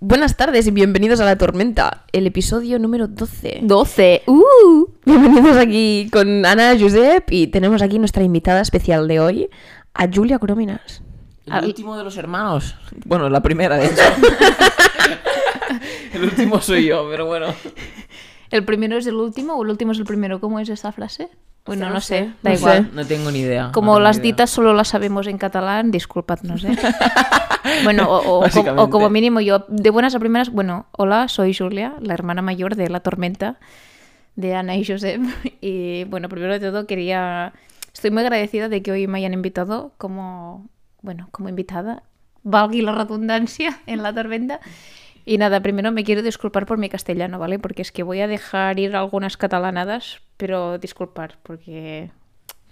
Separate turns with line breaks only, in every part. Buenas tardes y bienvenidos a La Tormenta, el episodio número 12.
12. ¡Uh!
Bienvenidos aquí con Ana, Josep y tenemos aquí nuestra invitada especial de hoy, a Julia Crominas.
El
Al-
último de los hermanos. Bueno, la primera, de hecho. el último soy yo, pero bueno.
¿El primero es el último o el último es el primero? ¿Cómo es esa frase? Bueno,
no
no sé,
sé.
da
No
igual.
No tengo ni idea. no
Como
tengo
las
ni idea.
ditas solo las sabemos en catalán, disculpadnos, ¿eh? Bueno, o, o- o
Básicamente.
como- o como mínimo yo, de buenas a primeras, bueno, hola, soy Julia, la hermana mayor de La Tormenta, de Ana y Josep. Y bueno, primero de todo quería... Estoy muy agradecida de que hoy me hayan invitado como, bueno, como invitada, valga la redundancia, en La Tormenta. Y nada, primero me quiero disculpar por mi castellano, ¿vale? Porque es que voy a dejar ir algunas catalanadas, pero disculpar, porque...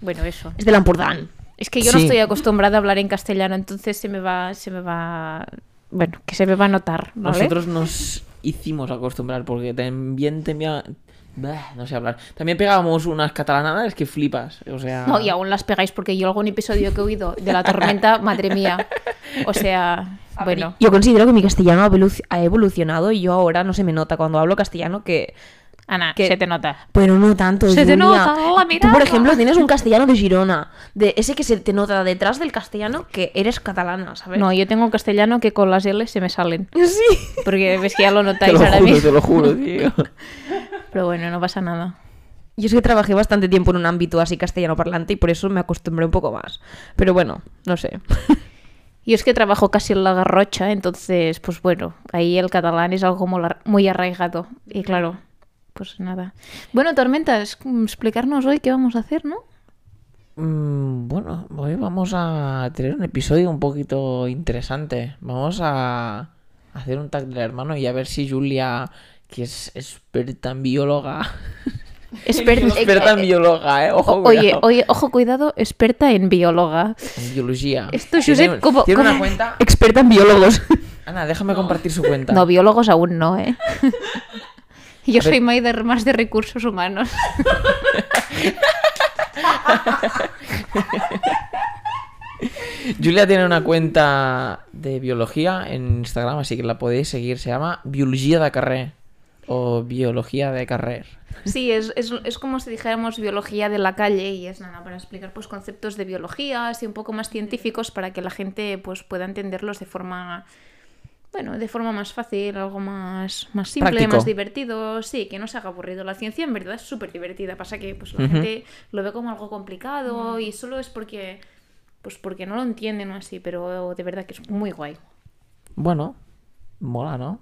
Bueno, eso.
Es de Lampurdán.
Es que yo no
Sí.
estoy acostumbrada a hablar en castellano, entonces se me va, se me va, bueno, que se me va a notar, ¿vale?
Nosotros nos hicimos acostumbrar porque también tenía... Bah, No sé hablar. También pegábamos unas catalanadas que flipas. O sea...
No, y aún las pegáis porque yo algún episodio que he oído de la tormenta, madre mía. O sea, bueno.
Yo considero que mi castellano ha evolu- ha evolucionado y yo ahora no se me nota cuando hablo castellano que...
Ana,
que-
se te nota.
Pero no tanto,
Se te
Julia.
nota la
Tú, por
mirada.
ejemplo, tienes un castellano de Girona, de ese que se te nota detrás del castellano que eres catalana, ¿sabes?
No, yo tengo un castellano que con las L se me salen.
Sí.
Porque ves que ya lo
Te
notáis
lo
ahora
juro,
mismo.
te lo juro, tío.
Pero bueno, no pasa nada.
Yo es que trabajé bastante tiempo en un ámbito así castellano parlante y por eso me acostumbré un poco más. Pero bueno, no sé.
Yo es que trabajo casi en la garrocha, entonces, pues bueno, ahí el catalán es algo mola- muy arraigado. Y claro, pues nada. Bueno, Tormenta, es- mm, explicarnos hoy qué vamos a hacer, ¿no?
Mm, Bueno, hoy vamos a tener un episodio un poquito interesante. Vamos a hacer un tag del hermano y a ver si Julia, que es experta en bióloga.
Exper-
experta en
eh, eh,
bióloga, eh. Ojo,
o- Oye,
cuidado.
oye, ojo, cuidado, experta en bióloga.
En biología.
Esto,
Tiene-
Josep, ¿cómo-
tiene una
cómo-
cuenta.
Experta en biólogos.
Ana, déjame compartir su cuenta.
No, biólogos aún no, ¿eh? Yo
A ver.
soy más de, más de recursos humanos.
Julia tiene una cuenta de biología en Instagram, así que la podéis seguir. Se llama Biología de Carrer. O Biología de Carrer.
Sí, es, es, es como si dijéramos biología de la calle y es nada, para explicar pues conceptos de biología, así un poco más científicos para que la gente pues pueda entenderlos de forma bueno, de forma más fácil, algo más, más simple,
Práctico.
más divertido, sí, que no se haga aburrido. La ciencia en verdad es súper divertida, pasa que pues la
Ujú.
gente lo ve como algo complicado y solo es porque pues porque no lo entienden o así, pero de verdad que es muy guay.
Bueno, mola, ¿no?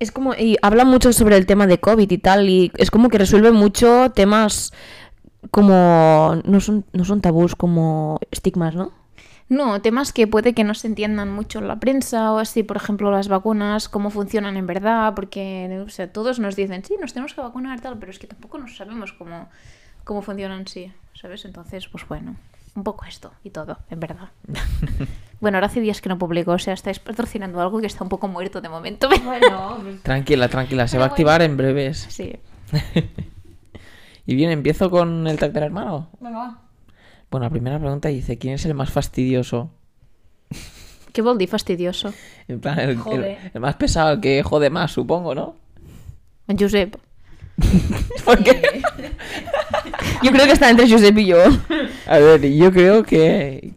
Es como, y habla mucho sobre el tema de COVID y tal, y es como que resuelve mucho temas como, no son, no son tabús, como estigmas, ¿no?
No, temas que puede que no se entiendan mucho en la prensa o así, por ejemplo, las vacunas, cómo funcionan en verdad, porque o sea, todos nos dicen, sí, nos tenemos que vacunar tal, pero es que tampoco nos sabemos cómo, cómo funcionan, sí, ¿sabes? Entonces, pues bueno, un poco esto y todo, en verdad. bueno, ahora hace días que no publico, o sea, estáis patrocinando algo que está un poco muerto de momento. Bueno,
Tranquila, tranquila, se va a
Pero
activar en breves.
sí.
Y bien, empiezo con el tag del hermano. Bueno, la primera pregunta dice, ¿quién es el más fastidioso?
Qué boldi fastidioso.
En plan, el, el-
Joder.
el más pesado, el que jode más, supongo, ¿no?
Josep,
Porque,
Yo creo que está entre Josep y yo.
a ver, yo creo que,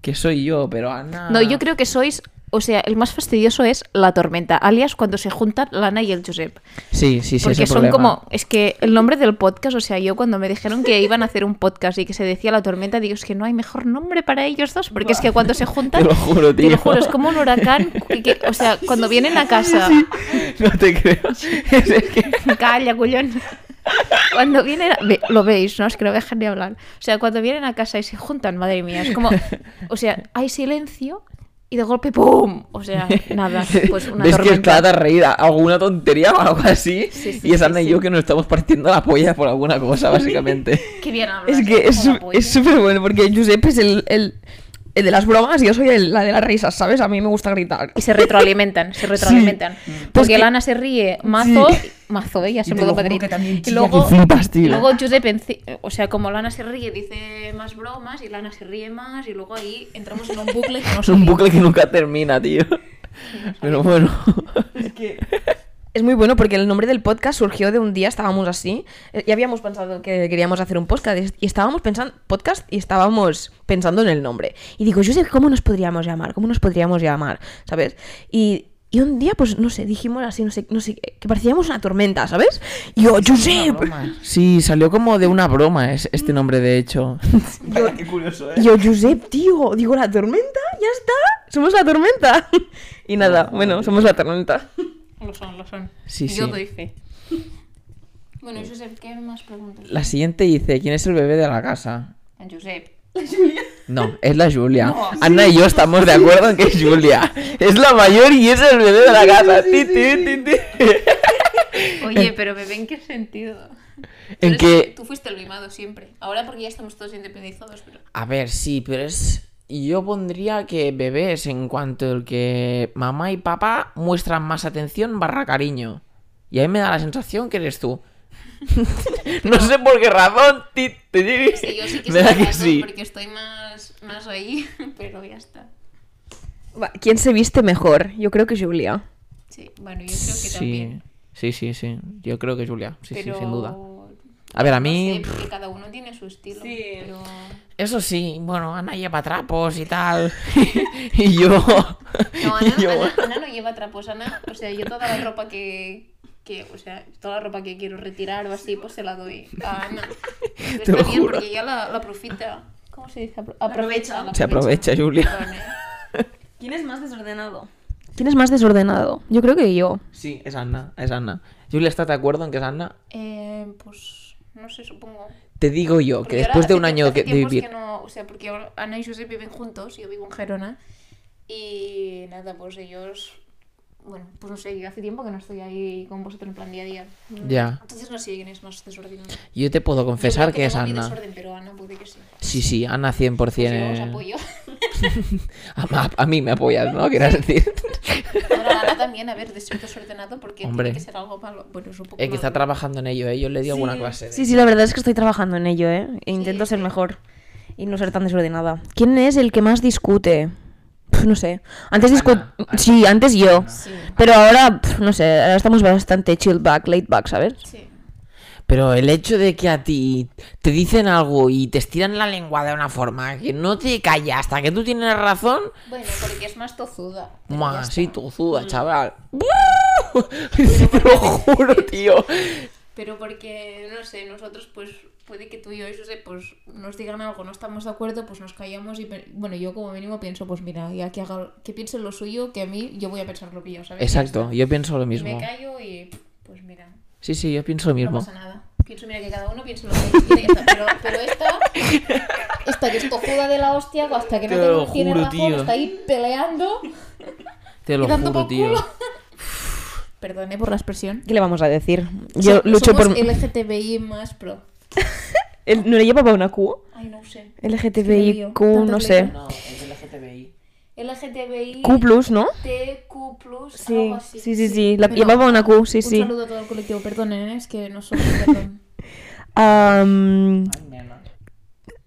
que soy yo, pero Ana...
No, yo creo que sois, o sea, el más fastidioso es la tormenta, alias cuando se juntan Lana y el Josep.
Sí, sí, sí,
Porque
es el
son
problema.
como, es que el nombre del podcast, o sea, yo cuando me dijeron que iban a hacer un podcast y que se decía la tormenta, digo, es que no hay mejor nombre para ellos dos, porque es que cuando se juntan,
Te lo juro,
te lo
tío.
juro, es como un huracán, que- que- o sea, cuando vienen a casa,
No te creo. Es, es que...
calla, cullón. Cuando vienen, a- ve- lo veis, ¿no? Es que no me dejan ni hablar. O sea, cuando vienen a casa y se juntan, madre mía, es como, o sea, hay silencio y de golpe ¡pum! O sea, nada, pues una
¿Ves que es
tormenta.
clara reída? ¿Alguna tontería o algo así?
Sí, sí,
y es
sí,
Ana y
sí.
yo que nos estamos partiendo la polla por alguna cosa, básicamente.
Qué bien hablas, ¿eh?
Es que es
con la
su-
polla.
es súper bueno, porque Josep es el, el, el de las bromas y yo soy el- la de las risas, ¿sabes? A mí me gusta gritar.
Y se retroalimentan, se
Mm.
retroalimentan.
Pues
Porque
que-
Lana se ríe, mazo,
Sí.
mazo, ¿eh? ya
Y
se
te
pudo
lo juro
Madrid.
que también
Y
chilla,
luego,
que flipas, tío.
y luego Josep, enci- o sea, como Lana se ríe, dice más bromas y Lana se ríe más y luego ahí entramos en un bucle que no
Es un
salimos.
bucle que nunca termina, tío. Pero bueno.
Es muy bueno porque el nombre del podcast surgió de un día, estábamos así, eh, y habíamos pensado que queríamos hacer un podcast, y- y estábamos pensando, podcast, y estábamos pensando en el nombre. Y digo, Josep, ¿cómo nos podríamos llamar? ¿Cómo nos podríamos llamar? ¿Sabes? Y, y un día, pues, no sé, dijimos así, no sé, no sé, qué, que parecíamos una tormenta, ¿sabes? Y yo, Josep,
Sí, salió como de una broma es- este nombre, de hecho. Qué curioso,
Y yo, Josep, tío, digo, la tormenta, ya está, somos la tormenta. Y nada, bueno, somos la tormenta.
Lo son, lo son.
Sí,
Yo
sí.
doy fe. Bueno, Josep, ¿qué más preguntas?
La siguiente dice, ¿quién es el bebé de la casa?
Josep.
No, es la Julia.
No.
Ana y yo estamos de acuerdo en que es Julia. Es la mayor y es el bebé de la casa. Ti, ti, ti, ti.
Oye, pero bebé, ¿en qué sentido? Tú
Eh. En
eres-
que...
Tú fuiste el mimado siempre. Ahora porque ya estamos todos independizados, pero...
A ver, sí, pero es... Yo pondría que bebés en cuanto el que mamá y papá muestran más atención barra cariño. Y a mí me da la sensación que eres tú. no sé por qué razón. Ti, ti, ti.
Sí, yo sí que
me da
estoy
que
más, ¿no?
sí.
porque estoy más, más ahí, pero ya está.
Va, ¿Quién se viste mejor? Yo creo que Julia.
Sí, bueno, yo creo que
Sí.
también.
sí, sí, sí. Yo creo que Julia. Sí,
pero...
sí, sin duda. A ver, a mí...
No sé, porque cada uno tiene su estilo, pero...
Eso sí, bueno, Ana lleva trapos y tal. y yo.
No,
y
Ana,
yo-
Ana- Ana no lleva trapos, Ana. O sea, yo toda la ropa que, que- O sea, toda la ropa que quiero retirar o así, pues se la doy a Ana. Pero
Te lo
está bien
juro.
porque ella la, la aprofita. ¿Cómo se dice? Apro- Aprovecha. la
Se aprovecha, Julia.
Perdón, eh.
¿Quién es más desordenado? ¿Quién es más desordenado? Yo creo que yo.
Sí, es Ana, es Ana. Julia, ¿estás de acuerdo en que es Ana?
Eh, pues no sé, supongo.
Te digo yo
Porque
que después
ahora
de un
hace
año
tiempo-
que-
hace
de
tiempo es
vivir.
que no- o sea, porque ahora Ana y José viven juntos, yo vivo en Gerona. Y nada, pues ellos. Bueno, pues no sé, yo hace tiempo que no estoy ahí con vosotros en plan día a día.
Ya.
Entonces no sé quién es más desordenado. Yo
Yo te puedo confesar
creo
que es
tengo mi
Ana.
desorden, pero Ana puede que sí.
Sí, sí, Ana 100%.
Pues yo os
eh,
apoyo.
a, a- a mí me apoyas, ¿no? Quieras decir.
Ahora Ana también, a ver, de ser desordenado porque
Hombre.
tiene que ser algo malo. Bueno, es un poco.
Eh, que está
malo.
trabajando en ello, ¿eh? Yo le di alguna clase. de-
Sí, sí, la verdad es que estoy trabajando en ello, ¿eh? E intento ser mejor y no ser tan desordenada. ¿Quién es el que más discute? Pf, no sé. Antes discutí.
Ana, Ana.
Sí, antes yo.
Sí.
Pero ahora, pf, no sé, ahora estamos bastante chill back, late back, ¿sabes?
Sí.
Pero el hecho de que a ti te dicen algo y te estiran la lengua de una forma que no te calla hasta que tú tienes razón,
Bueno, porque es más tozuda. pero ya
Más
está. Mm.
sí, tozuda, chaval. Te lo juro, tío.
Pero porque, no sé, nosotros pues puede que tú y yo, y José, pues nos digan algo, no estamos de acuerdo, pues nos callamos y pe- bueno, yo como mínimo pienso, pues mira, ya que haga, que piense lo suyo, que a mí yo voy a pensar lo que yo, ¿sabes?
Exacto, yo pienso lo
Y
mismo.
me callo y pues mira,
Sí, sí, yo pienso lo
no
mismo.
pasa nada. Pienso, mira, que cada uno piense lo que quiere y ya está. Pero, pero esta, esta que es tozuda de la hostia, hasta que no
Te
tengo-
lo
tiene
juro,
razón,
tío.
está ahí peleando.
Te lo
Y dando
juro,
por
tío.
culo. Perdone por la expresión.
¿Qué le vamos a decir? Yo
So-
lucho
somos
por.
LGTBI más pro.
El- ¿No le lleva para una Q?
Ay, no sé.
LGTBIQ,
Es que lo lío.
no sé.
No, es el LGTBI.
LGTBI.
Q, plus, ¿no?
TQ,
Sí,
algo así.
sí, sí, sí, la- llevaba una Q, sí,
un
sí.
Un saludo a todo el colectivo, perdonen, ¿eh? es que no soy. Perdón.
Am,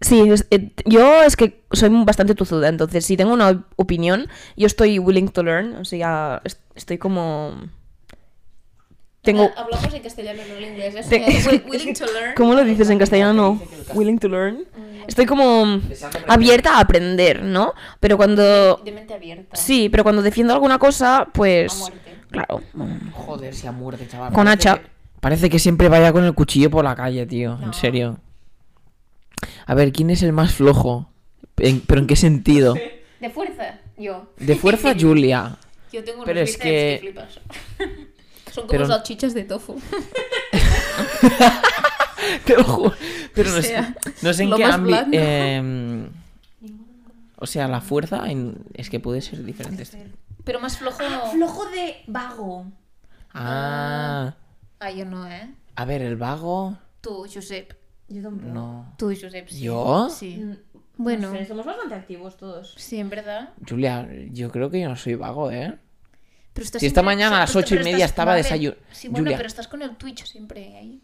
sí, es- eh, yo es que soy bastante tuzuda, entonces si tengo una op- opinión, yo estoy willing to learn, o sea, es- estoy como... Tengo...
Ah, Hablamos en castellano, no en inglés. ¿eh?
Te-
Eh, wi- Willing to learn.
¿Cómo lo dices en castellano? Willing to learn.
Mm.
Estoy como
Deseando aprender.
abierta a aprender, ¿no? Pero cuando...
De mente abierta.
Sí, pero cuando defiendo alguna cosa,
A
pues...
muerte.
Claro.
Joder, se muerte, chaval.
Con
Parece
hacha.
que- Parece que siempre vaya con el cuchillo por la calle, tío. En
No.
serio. A ver, ¿quién es el más flojo? ¿En- ¿Pero en qué sentido?
De fuerza, yo.
De fuerza, Julia.
Yo tengo unos
Pero es
bíceps
que-
flipas. Son como
Pero-
salchichas de tofu.
Te lo juro. Pero no,
sea,
sé, no sé en
lo
qué
más
ámbito.
blando.
o sea, la fuerza en- es que puede ser diferente.
Pero más flojo.
Flojo de vago.
Ah,
Ah, yo no, ¿eh?
a ver, el vago.
Tú, Josep.
No.
Tú, Josep. Sí.
¿Yo?
Sí. Mm, Bueno,
somos bastante activos todos.
sí, en verdad.
Julia, yo creo que yo no soy vago, ¿eh?
Pero estás
Si esta
siempre-
mañana a las
pero-
ocho y
pero
media estaba
vale.
desayu-
Sí, bueno,
Julia.
pero estás con el Twitch siempre ahí.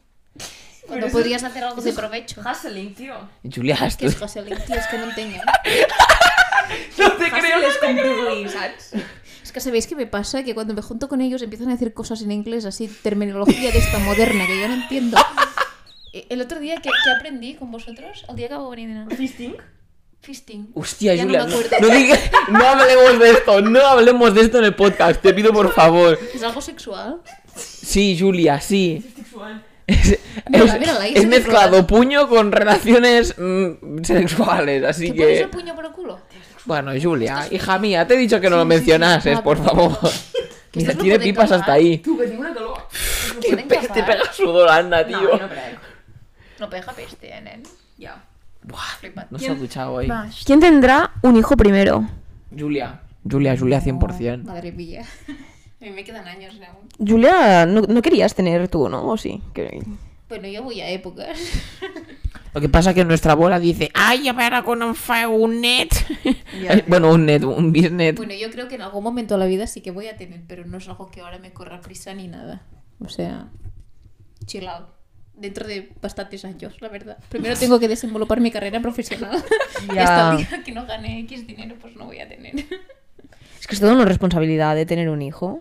Cuando podrías hacer algo de provecho.
Hustling, tío.
Julia,
¿Qué
esto-
es Hustling? Tío, es que no tengo.
No te creo, es con ¿sabes?
Es que sabéis qué me pasa, que cuando me junto con ellos empiezan a decir cosas en inglés, así, terminología de esta moderna que yo no entiendo. Eh, El otro día que, que aprendí con vosotros, el día que acabo de venir, ¿no?
Fisting.
Fisting.
Hostia,
Ya no
Julia,
me
no,
acuerdo.
no digas- no hablemos de esto, no hablemos de esto en el podcast, te pido por favor.
¿Es algo sexual?
Sí, Julia, sí. Es,
Mira,
es-
mírala, ahí
es
se me
mezclado puño con relaciones mm, sexuales, así
¿Te pones
que...
el puño por el culo?
Bueno, Julia, hija mía, te he dicho que no lo mencionases,
Ah,
por
perdón.
favor.
Que
Mira,
esto no
tiene
puede
pipas
acabar.
hasta ahí.
Tú, que tengo una calor.
Que
Te,
no
pe- te
encajar.
pega sudor, anda, tío.
No, no creo.
No pega peste, nen.
Ya.
Buah,
Flipa.
no se ha duchado hoy.
Va.
¿Quién tendrá un hijo primero?
Julia, Julia, Julia 100%.
Madre mía. A mí me quedan años aún.
Julia, no, no querías tener tú, ¿no? ¿O sí? Que-
Bueno, yo voy a épocas.
Lo que pasa es que nuestra abuela dice, ay, a ver, con un fa- un net.
Ya,
Ay,
ya.
bueno, un net, un bisnet.
Bueno, yo creo que en algún momento de la vida sí que voy a tener, pero no es algo que ahora me corra prisa ni nada. O sea, chill out. Dentro de bastantes años, la verdad. Primero tengo que desenvolupar mi carrera profesional. Y hasta el día que no gane X dinero, pues no voy a tener.
Es que es toda una responsabilidad de tener un hijo.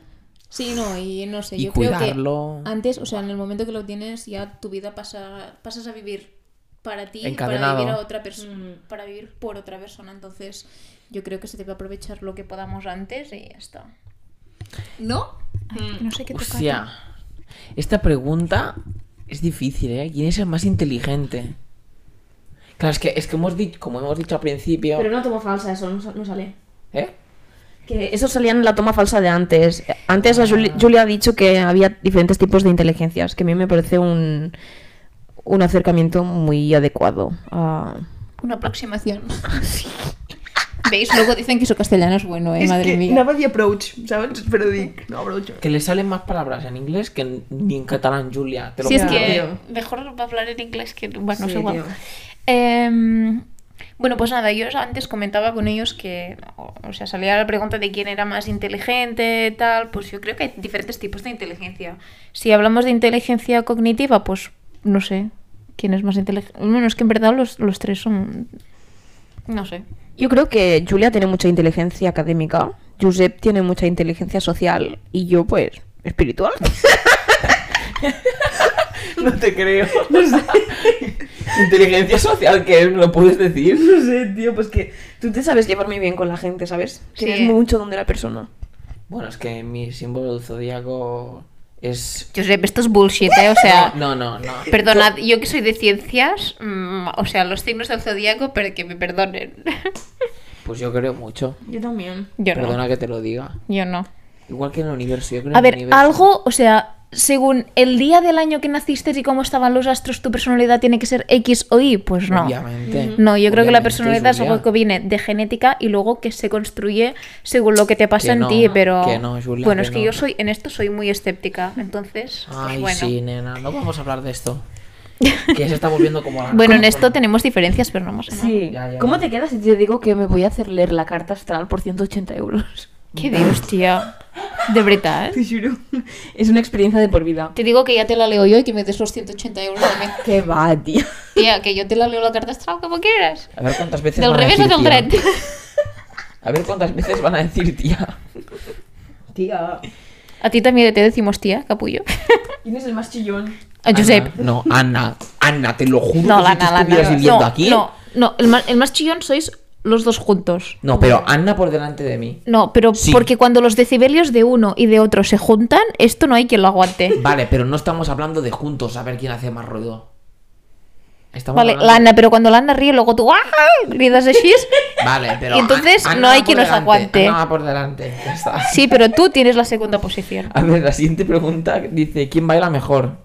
Sí, no, y no sé,
Y
yo
cuidarlo.
creo que antes, o sea, en el momento que lo tienes, ya tu vida pasa, pasas a vivir para ti,
Encadenado.
para vivir a otra persona, para vivir por otra persona. Entonces, yo creo que se debe aprovechar lo que podamos antes y ya está. ¿No? Ay, no sé qué toca.
Hostia. Esta pregunta es difícil, ¿eh? ¿Quién es el más inteligente? Claro, es que, es que hemos dicho, como hemos dicho al principio...
no tomo falsa, eso no sale.
¿Eh?
Que eso salía en la toma falsa de antes. Antes la Juli- Julia ha dicho que había diferentes tipos de inteligencias, que a mí me parece un, un acercamiento muy adecuado. a-
Una aproximación. ¿Veis? Luego dicen que su castellano es bueno, eh, madre mía.
approach, ¿sabes? Pero dic, no approach.
Que le salen más palabras en inglés que en- ni en catalán, Julia. Te lo
Si es
juro.
que
tío.
mejor va a hablar en inglés que. Bueno,
Sí,
es igual.
tío.
Em, bueno, pues nada, yo antes comentaba con ellos que. O o sea, salía la pregunta de quién era más inteligente, tal. Pues yo creo que hay diferentes tipos de inteligencia. Si hablamos de inteligencia cognitiva, pues no sé quién es más inteligente. Bueno, es que en verdad los, los tres son. No sé.
Yo creo que Julia tiene mucha inteligencia académica, Josep tiene mucha inteligencia social y yo, pues, espiritual.
No te creo. Inteligencia social, que ¿Lo puedes decir?
No sé, tío, pues que tú te sabes llevar muy bien con la gente, ¿sabes?
Sí.
Tienes mucho donde la persona.
Bueno, es que mi símbolo del zodíaco es...
Josep, esto es bullshit, ¿eh? O sea.
No, no, no.
Perdonad, yo que soy de ciencias, mm, o sea, los signos del zodíaco, pero que me perdonen.
Pues yo creo mucho.
Yo también.
Yo no.
Perdona que te lo diga.
Yo no.
Igual que en el universo, yo creo
A
en el
ver,
universo.
algo, o sea, según el día del año que naciste y cómo estaban los astros, tu personalidad tiene que ser X o Y, pues no.
Obviamente.
No, yo creo que
Obviamente,
la personalidad es
Julia.
algo que viene de genética y luego que se construye según lo que te pasa
Que
en
no,
ti, pero
que no, Julia,
bueno,
que
es que
no.
yo soy en esto soy muy escéptica, entonces pues
Ay,
bueno.
sí, nena, no vamos a hablar de esto. Que se está volviendo como la...
Bueno, en esto tenemos diferencias, pero no vamos a
Sí.
Ya, ya,
¿Cómo
ya.
te quedas si te digo que me voy a hacer leer la carta astral por 180 euros?
¿Qué dios, tía? De verdad. ¿eh?
juro. Es una experiencia de por vida.
Te digo que ya te la leo yo y que me des los 180 euros a mí.
¿Qué va, tío?
Tía, que yo te la leo la carta astral como quieras.
A ver cuántas veces
Del
van a
revés o
decir
del
tía.
frente.
A ver cuántas veces van a decir tía.
Tía.
A ti también te decimos tía, capullo.
¿Quién es el más chillón?
A
Ah,
Eh, Josep.
Ana, no, Ana. Ana, te lo juro
No,
que
la
si tú
nada,
estuvieras viviendo
No,
aquí...
no, no, el más, el más chillón sois los dos juntos.
No, pero Ana por delante de mí.
No, pero
Sí.
porque cuando los decibelios de uno y de otro se juntan, esto no hay quien lo aguante.
Vale, pero no estamos hablando de juntos a ver quién hace más ruido. Estamos
Vale,
hablando-
la Ana, pero cuando la Ana ríe, luego tú ¡ah! gritas así.
Vale, pero.
Y entonces
Ana
no hay
va
quien
por
nos
delante,
aguante.
Ana va por delante. ya está.
Sí, pero tú tienes la segunda posición.
A ver, la siguiente pregunta dice: ¿Quién baila mejor?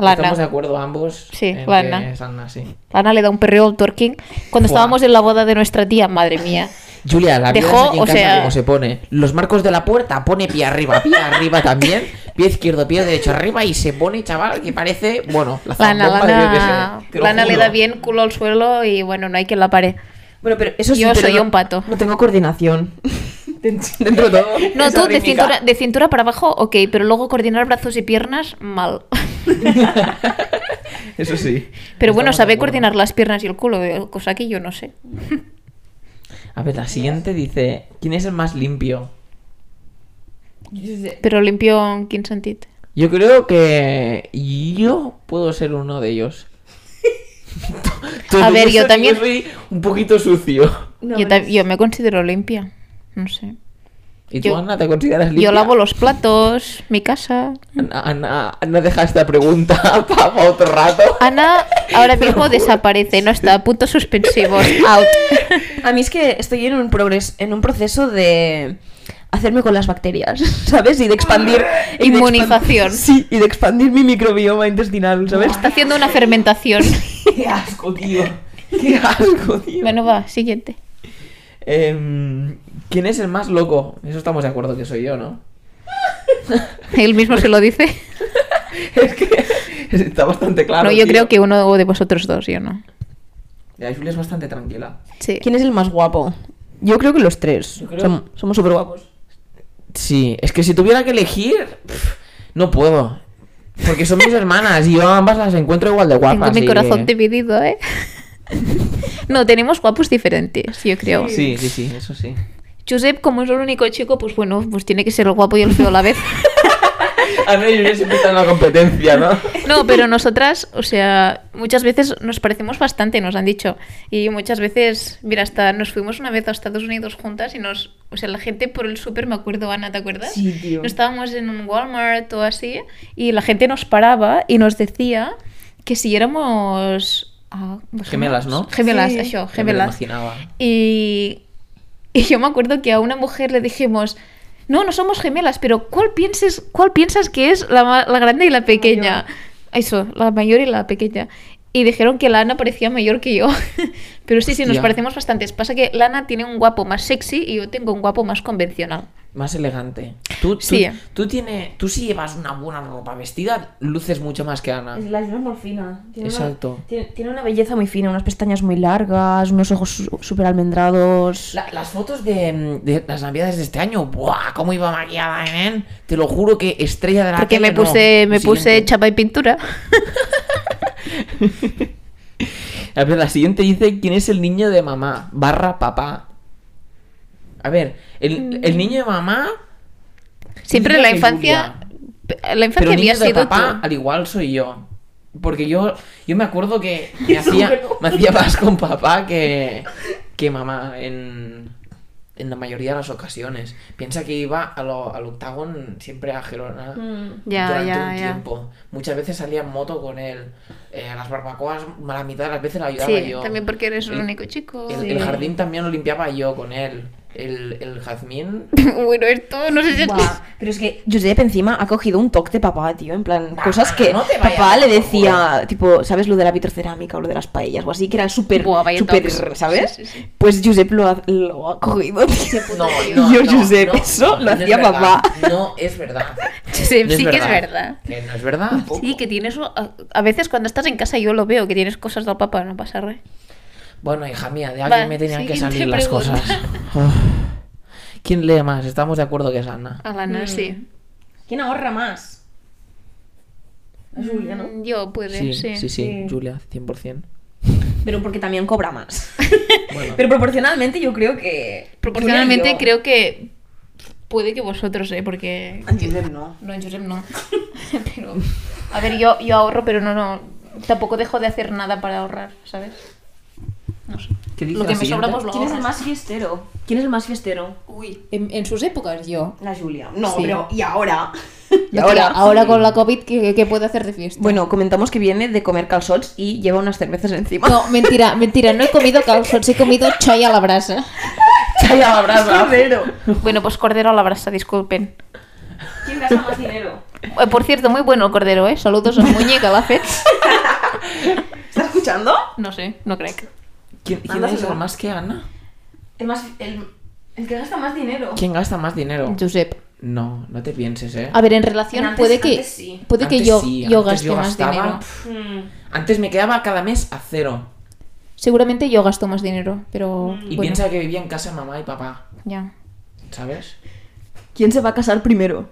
La
Estamos de
Ana.
acuerdo ambos.
Sí,
en
la
que
Ana.
es Ana, sí.
La Ana le da un perreo al twerking. Cuando
Buah.
estábamos en la boda de nuestra tía, madre mía.
Julia, la vida
Dejó,
es aquí en
o
casa
sea-
como se pone. Los marcos de la puerta pone pie arriba, pie arriba también, pie izquierdo, pie derecho arriba y se pone, chaval, que parece, bueno, la
Lana,
zambomba de yo que sé,
Lana,
te lo
Lana le
juro.
da bien culo al suelo y bueno, no hay quien la pare.
Bueno, pero eso sí,
Yo
pero
soy
no-
un pato.
No tengo coordinación. Dentro de todo.
No,
Esa
tú de
rítmica.
cintura, de cintura para abajo, ok, pero luego coordinar brazos y piernas, mal.
Eso sí.
Pero bueno,
Estamos de
sabe
acuerdo.
coordinar las piernas y el culo, eh, cosa que yo no sé.
A ver, la siguiente dice: ¿Quién es el más limpio?
Pero limpio en quin sentit?
Yo creo que yo puedo ser uno de ellos.
A ver, yo
soy-
también-
soy un poquito sucio.
No,
yo,
no
ta-
sé.
yo me considero limpia. No sé.
¿Y tú,
Yo-
Ana, te consideras limpia?
Yo lavo los platos, mi casa.
Ana, Ana, Ana deja esta pregunta para otro rato.
Ana ahora mismo desaparece, no está. Puntos suspensivos. Out.
A mí es que estoy en un, progres en un proceso de hacerme con las bacterias, ¿sabes? Y de expandir... y de expan-
Inmunización.
sí, y de expandir mi microbioma intestinal, ¿sabes?
Está haciendo una fermentación.
¡Qué asco, tío! ¡Qué asco, tío!
Bueno, va, siguiente.
Em, ¿Quién es el más loco? Eso estamos de acuerdo que soy yo, ¿no?
Él mismo se lo dice.
Es que está bastante
no,
claro.
yo
tío.
creo que uno de vosotros dos, yo no.
La Julia es bastante tranquila.
Sí.
¿Quién es el más guapo? Yo creo que los tres.
Yo creo-
Som- somos súper guapos.
Sí, es que si tuviera que elegir, pf, no puedo. Porque son mis hermanas y yo a ambas las encuentro igual de guapas.
Tengo mi
y-
corazón dividido, ¿eh? no, tenemos guapos diferentes, yo creo.
Sí, sí, sí, eso sí.
Josep, como es el único chico, pues bueno, pues tiene que ser el guapo y el feo a la vez.
Ana y Julia siempre están en la competencia, ¿no?
No, pero nosotras, o sea, muchas veces nos parecemos bastante, nos han dicho. Y muchas veces, mira, hasta nos fuimos una vez a Estados Unidos juntas y nos. O sea, la gente por el súper, me acuerdo, Ana, ¿te acuerdas?
Sí, tío.
No estábamos en un Walmart o así y la gente nos paraba y nos decía que si éramos. ah,
Gemelas, no?
Gemelas,
Sí.
això,
Ya me lo
gemelas.
imaginaba.
Y, y yo me acuerdo que a una mujer le dijimos, no, no somos gemelas, pero ¿cuál, pienses, cuál piensas que es la, ma- la grande y la pequeña? Eso, la mayor y la pequeña. Y dijeron que la Ana parecía mayor que yo. pero sí, sí, nos
Hostia.
parecemos bastantes. Pasa que la Ana tiene un guapo más sexy y yo tengo un guapo más convencional.
Más elegante. Tú, tú,
Sí.
tú, tiene, tú si llevas una buena ropa vestida, luces mucho más que Ana.
La Julia es muy fina. Tiene
Exacto.
Una, tiene, tiene una belleza muy fina, unas pestañas muy largas, unos ojos su- súper almendrados.
La- las fotos de, mm, de las navidades de este año, ¡buah! ¿Cómo iba maquillada, ¿eh? Te lo juro que estrella de la
Porque
tele,
me
no.
puse, me
Lo
puse
siguiente.
chapa y pintura.
A ver, la siguiente dice quién es el niño de mamá barra papá. A ver, el,
Mm.
el niño de mamá,
Siempre en
Mira
la
que
infancia... La
pero
infancia
el
había
niño de
sido
papá
tú.
al igual soy yo. Porque yo, yo me acuerdo que me hacía, me hacía más con papá que, que mamá en, en la mayoría de las ocasiones. Piensa que iba a lo- al octagon siempre a Gerona.
Mm, Ya,
durante
ya, ya.
un tiempo. Muchas veces salía en moto con él. Eh, a las barbacoas, a la mitad de las veces la ayudaba
Sí,
yo.
también porque eres el
El-
único chico.
El,
Sí.
el jardín también lo limpiaba yo con él. El, el jazmín.
Bueno, esto no sé si es...
Buah, Pero es que Josep encima ha cogido un toque de papá, tío. En plan,
Buah,
cosas que
no te vayas,
papá le
por
decía, tipo, ¿sabes lo de la vitrocerámica o lo de las paellas o así? Que era súper,
Buah, vaya
súper,
tocs.
¿sabes?
Sí, sí, sí.
Pues Josep lo ha, lo ha cogido. tío.
No,
Yo,
no,
Josep,
no,
eso lo
no es
hacía
verdad,
papá.
No es verdad.
Sí, sí,
No es
sí que es verdad.
Que no es verdad.
Sí, que tienes... A a veces cuando estás en casa yo lo veo, que tienes cosas del papá, no pasa res.
Bueno, hija mía, de
Va,
alguien me tenían que
siguiente
salir las
pregunta.
cosas. Uf. ¿Quién lee más? Estamos de acuerdo que es Ana.
Alana,
Mm.
sí.
¿Quién ahorra más? Julia, ¿no?
Mm, Yo puede,
Sí,
sí.
sí, sí,
Sí.
Julia, 100%.
Pero porque también cobra más.
Bueno.
Pero proporcionalmente yo creo que...
Proporcionalmente creo que... Puede que vosotros, ¿eh? Porque...
Josep no.
No, Josep no. pero... A ver, yo, yo ahorro, pero no, no... Tampoco dejo de hacer nada para ahorrar, ¿sabes? No sé.
¿Qué dice
Lo
la
que me
siguiente?
sobra, pues lo
¿Quién es el
ahorro.
más fiestero? ¿Quién es el más fiestero?
Uy, en, en sus épocas yo.
La Julia. No,
Sí.
pero ¿y ahora?
Y ahora, ahora con la COVID, ¿qué, qué puedo hacer de fiesta?
Bueno, comentamos que viene de comer calzots y lleva unas cervezas encima.
No, mentira, mentira, no he comido calzón, he comido choy a la brasa.
Calla la brasa.
Cordero.
Bueno, pues cordero a la brasa, disculpen.
¿Quién gasta más dinero?
Eh, por cierto, muy bueno el cordero, ¿eh? Saludos a Muñeca, la fet.
¿Estás escuchando?
No sé, no creo. que-
¿Quién, quién
Mándaselo.
es el más que Ana?
El, más, el, el que gasta más dinero.
¿Quién gasta más dinero?
Josep.
No, no te pienses, ¿eh?
A ver, en relación,
Antes-
puede que,
antes sí.
Ah, puede que
Antes
yo,
sí,
yo
antes
gaste
yo
más
gastaba,
dinero.
pf,
Mm.
Antes me quedaba cada mes a cero.
Seguramente yo gasto más dinero, pero.
Mm. Y
bueno,
piensa que vivía en casa de mamá y papá,
Ya.
¿sabes?
¿Quién se va a casar primero?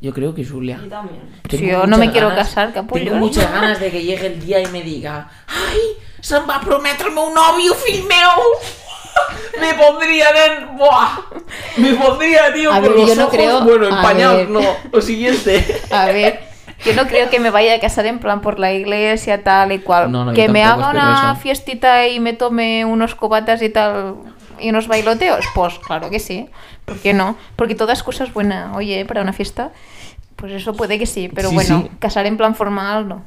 Yo creo que Julia.
también.
Sí, yo no me
muchas
quiero casar, ¿eh? capullo.
Tengo muchas ganas de que llegue el día y me diga Ai, se'm va prometre el meu nòvio, fill meu! Me pondrien en... Buah! Me pondría, tío,
A
con
ver,
los
yo no
ojos,
creo-
bueno,
a
empañados,
ver.
no, lo siguiente.
A ver, yo no creo que me vaya a casar en plan por la iglesia, tal y cual.
No, no, yo
que me
tampoco
haga
espero
una
eso.
fiestita y me tome unos cobatas y tal y unos bailoteos. Pues claro que sí. ¿Por qué no? Porque toda excusa es buena, oye, ¿eh? para una fiesta. Pues eso puede que sí, pero
Sí,
bueno,
sí.
casar en plan formal no.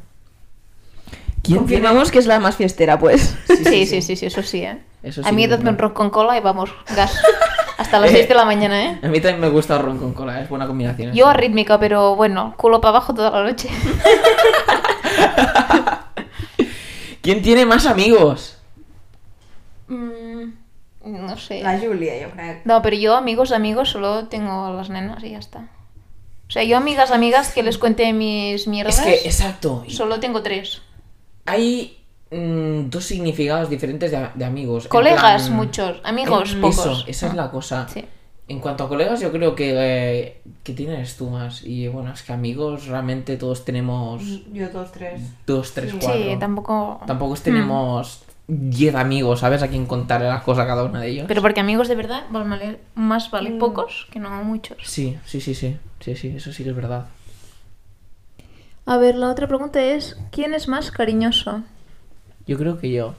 ¿Quién tiene-
Confirmamos que es la más fiestera, pues.
Sí, sí, sí, eso sí, ¿eh?
Eso
a
sí
mí
que es
dadme un
verdad.
ron con cola y vamos, gas. Hasta las
Eh.
6 de la mañana, ¿eh?
A mí también me gusta el ron con cola, es buena combinación.
Yo rítmica, pero bueno, culo para abajo toda la noche.
¿Quién tiene más amigos?
Mm, no sé.
Julia, yo creo.
No, pero yo amigos, amigos, solo tengo a las nenas y ya está. O sea, yo amigas, amigas que les cuente mis mierdas,
Es que, exacto.
solo tengo tres.
Hay mm, dos significados diferentes de, de amigos. en
Colegas,
plan-
muchos. Amigos,
Eh,
pocos. Ah,
Eso, esa es la cosa.
Sí.
En cuanto a colegas, yo creo que, eh, que tienes tú más. Y bueno, es que amigos realmente todos tenemos
Yo dos, tres.
dos, tres, cuatro.
Sí, tampoco...
Tampoco es tenemos diez amigos, ¿sabes? A quien contarle las cosas a cada uno de ellos.
Pero porque amigos de verdad, vale, vale- más vale pocos que no muchos.
Sí, sí, sí, sí. Sí, sí, eso sí que es verdad.
A ver, la otra pregunta es, ¿quién es más cariñoso?
Yo creo que yo.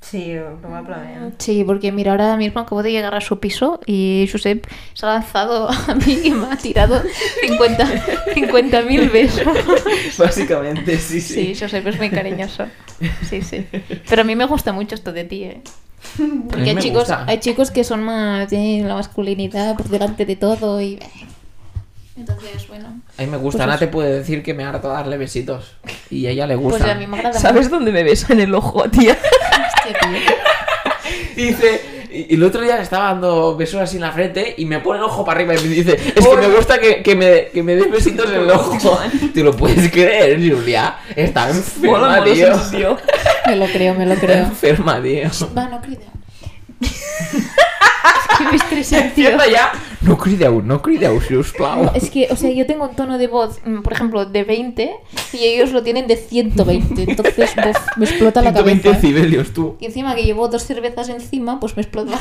Sí, probablemente.
Sí, porque mira, ahora mismo acabo de llegar a su piso y Josep se ha lanzado a mí y me ha tirado 50 50.000 besos.
Básicamente, sí,
Sí, Josep es muy cariñoso. Sí, sí. Pero a mí me gusta mucho esto de ti, ¿eh?
A mí
Porque hay
me
chicos,
gusta.
hay chicos que son más de la masculinidad por delante de todo y... Entonces, bueno.
A mí me
Pues
gusta. Ana te puede decir que me harta darle besitos. Y a ella le gusta.
Pues a mí me agrada
¿Sabes dónde me beso en el ojo, tía?
mucho, tío.
Y dice, y y el otro día le estaba dando besos así en la frente y me pone el ojo para arriba y me dice, es que me gusta que, que me, que me des besitos en el ojo. ¿Te lo puedes creer, Julia? Está enferma, tío.
tío.
Me lo creo, me lo
Está
creo.
enferma, tío.
Va, no creo. es que me estresé, tío.
Cierra ya. No crideus, no crideus, si os plau.
Es que, o sea, yo tengo un tono de voz, mm, por ejemplo, de 20 y ellos lo tienen de 120. Entonces, bof, me explota la
120
cabeza. ¿eh?
cibelios, tú.
Y encima que llevo dos cervezas encima, pues me explota.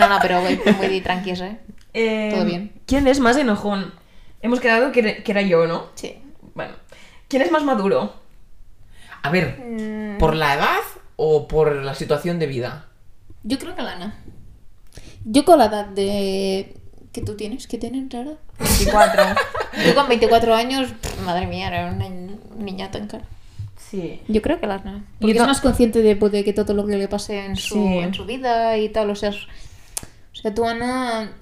no, no, pero voy muy tranquis, ¿eh?
Eh,
Todo bien.
¿Quién es más enojón? Hemos quedado que, era- que era yo, ¿no?
Sí.
Bueno. ¿Quién es más maduro?
A ver,
Mm.
¿por la edad o por la situación de vida?
Yo creo que Lana. Yo con la edad de... que tú tienes? que tienes, Rara?
24.
Yo con 24 años, pff, madre mía, era una ni- niña tan cara.
sí.
Yo creo que Lana.
Yo
Porque es
ta-
más consciente de, pues, de que todo lo que le pase en su,
Sí.
en su vida y tal. O sea, es- o sea, tú, Ana,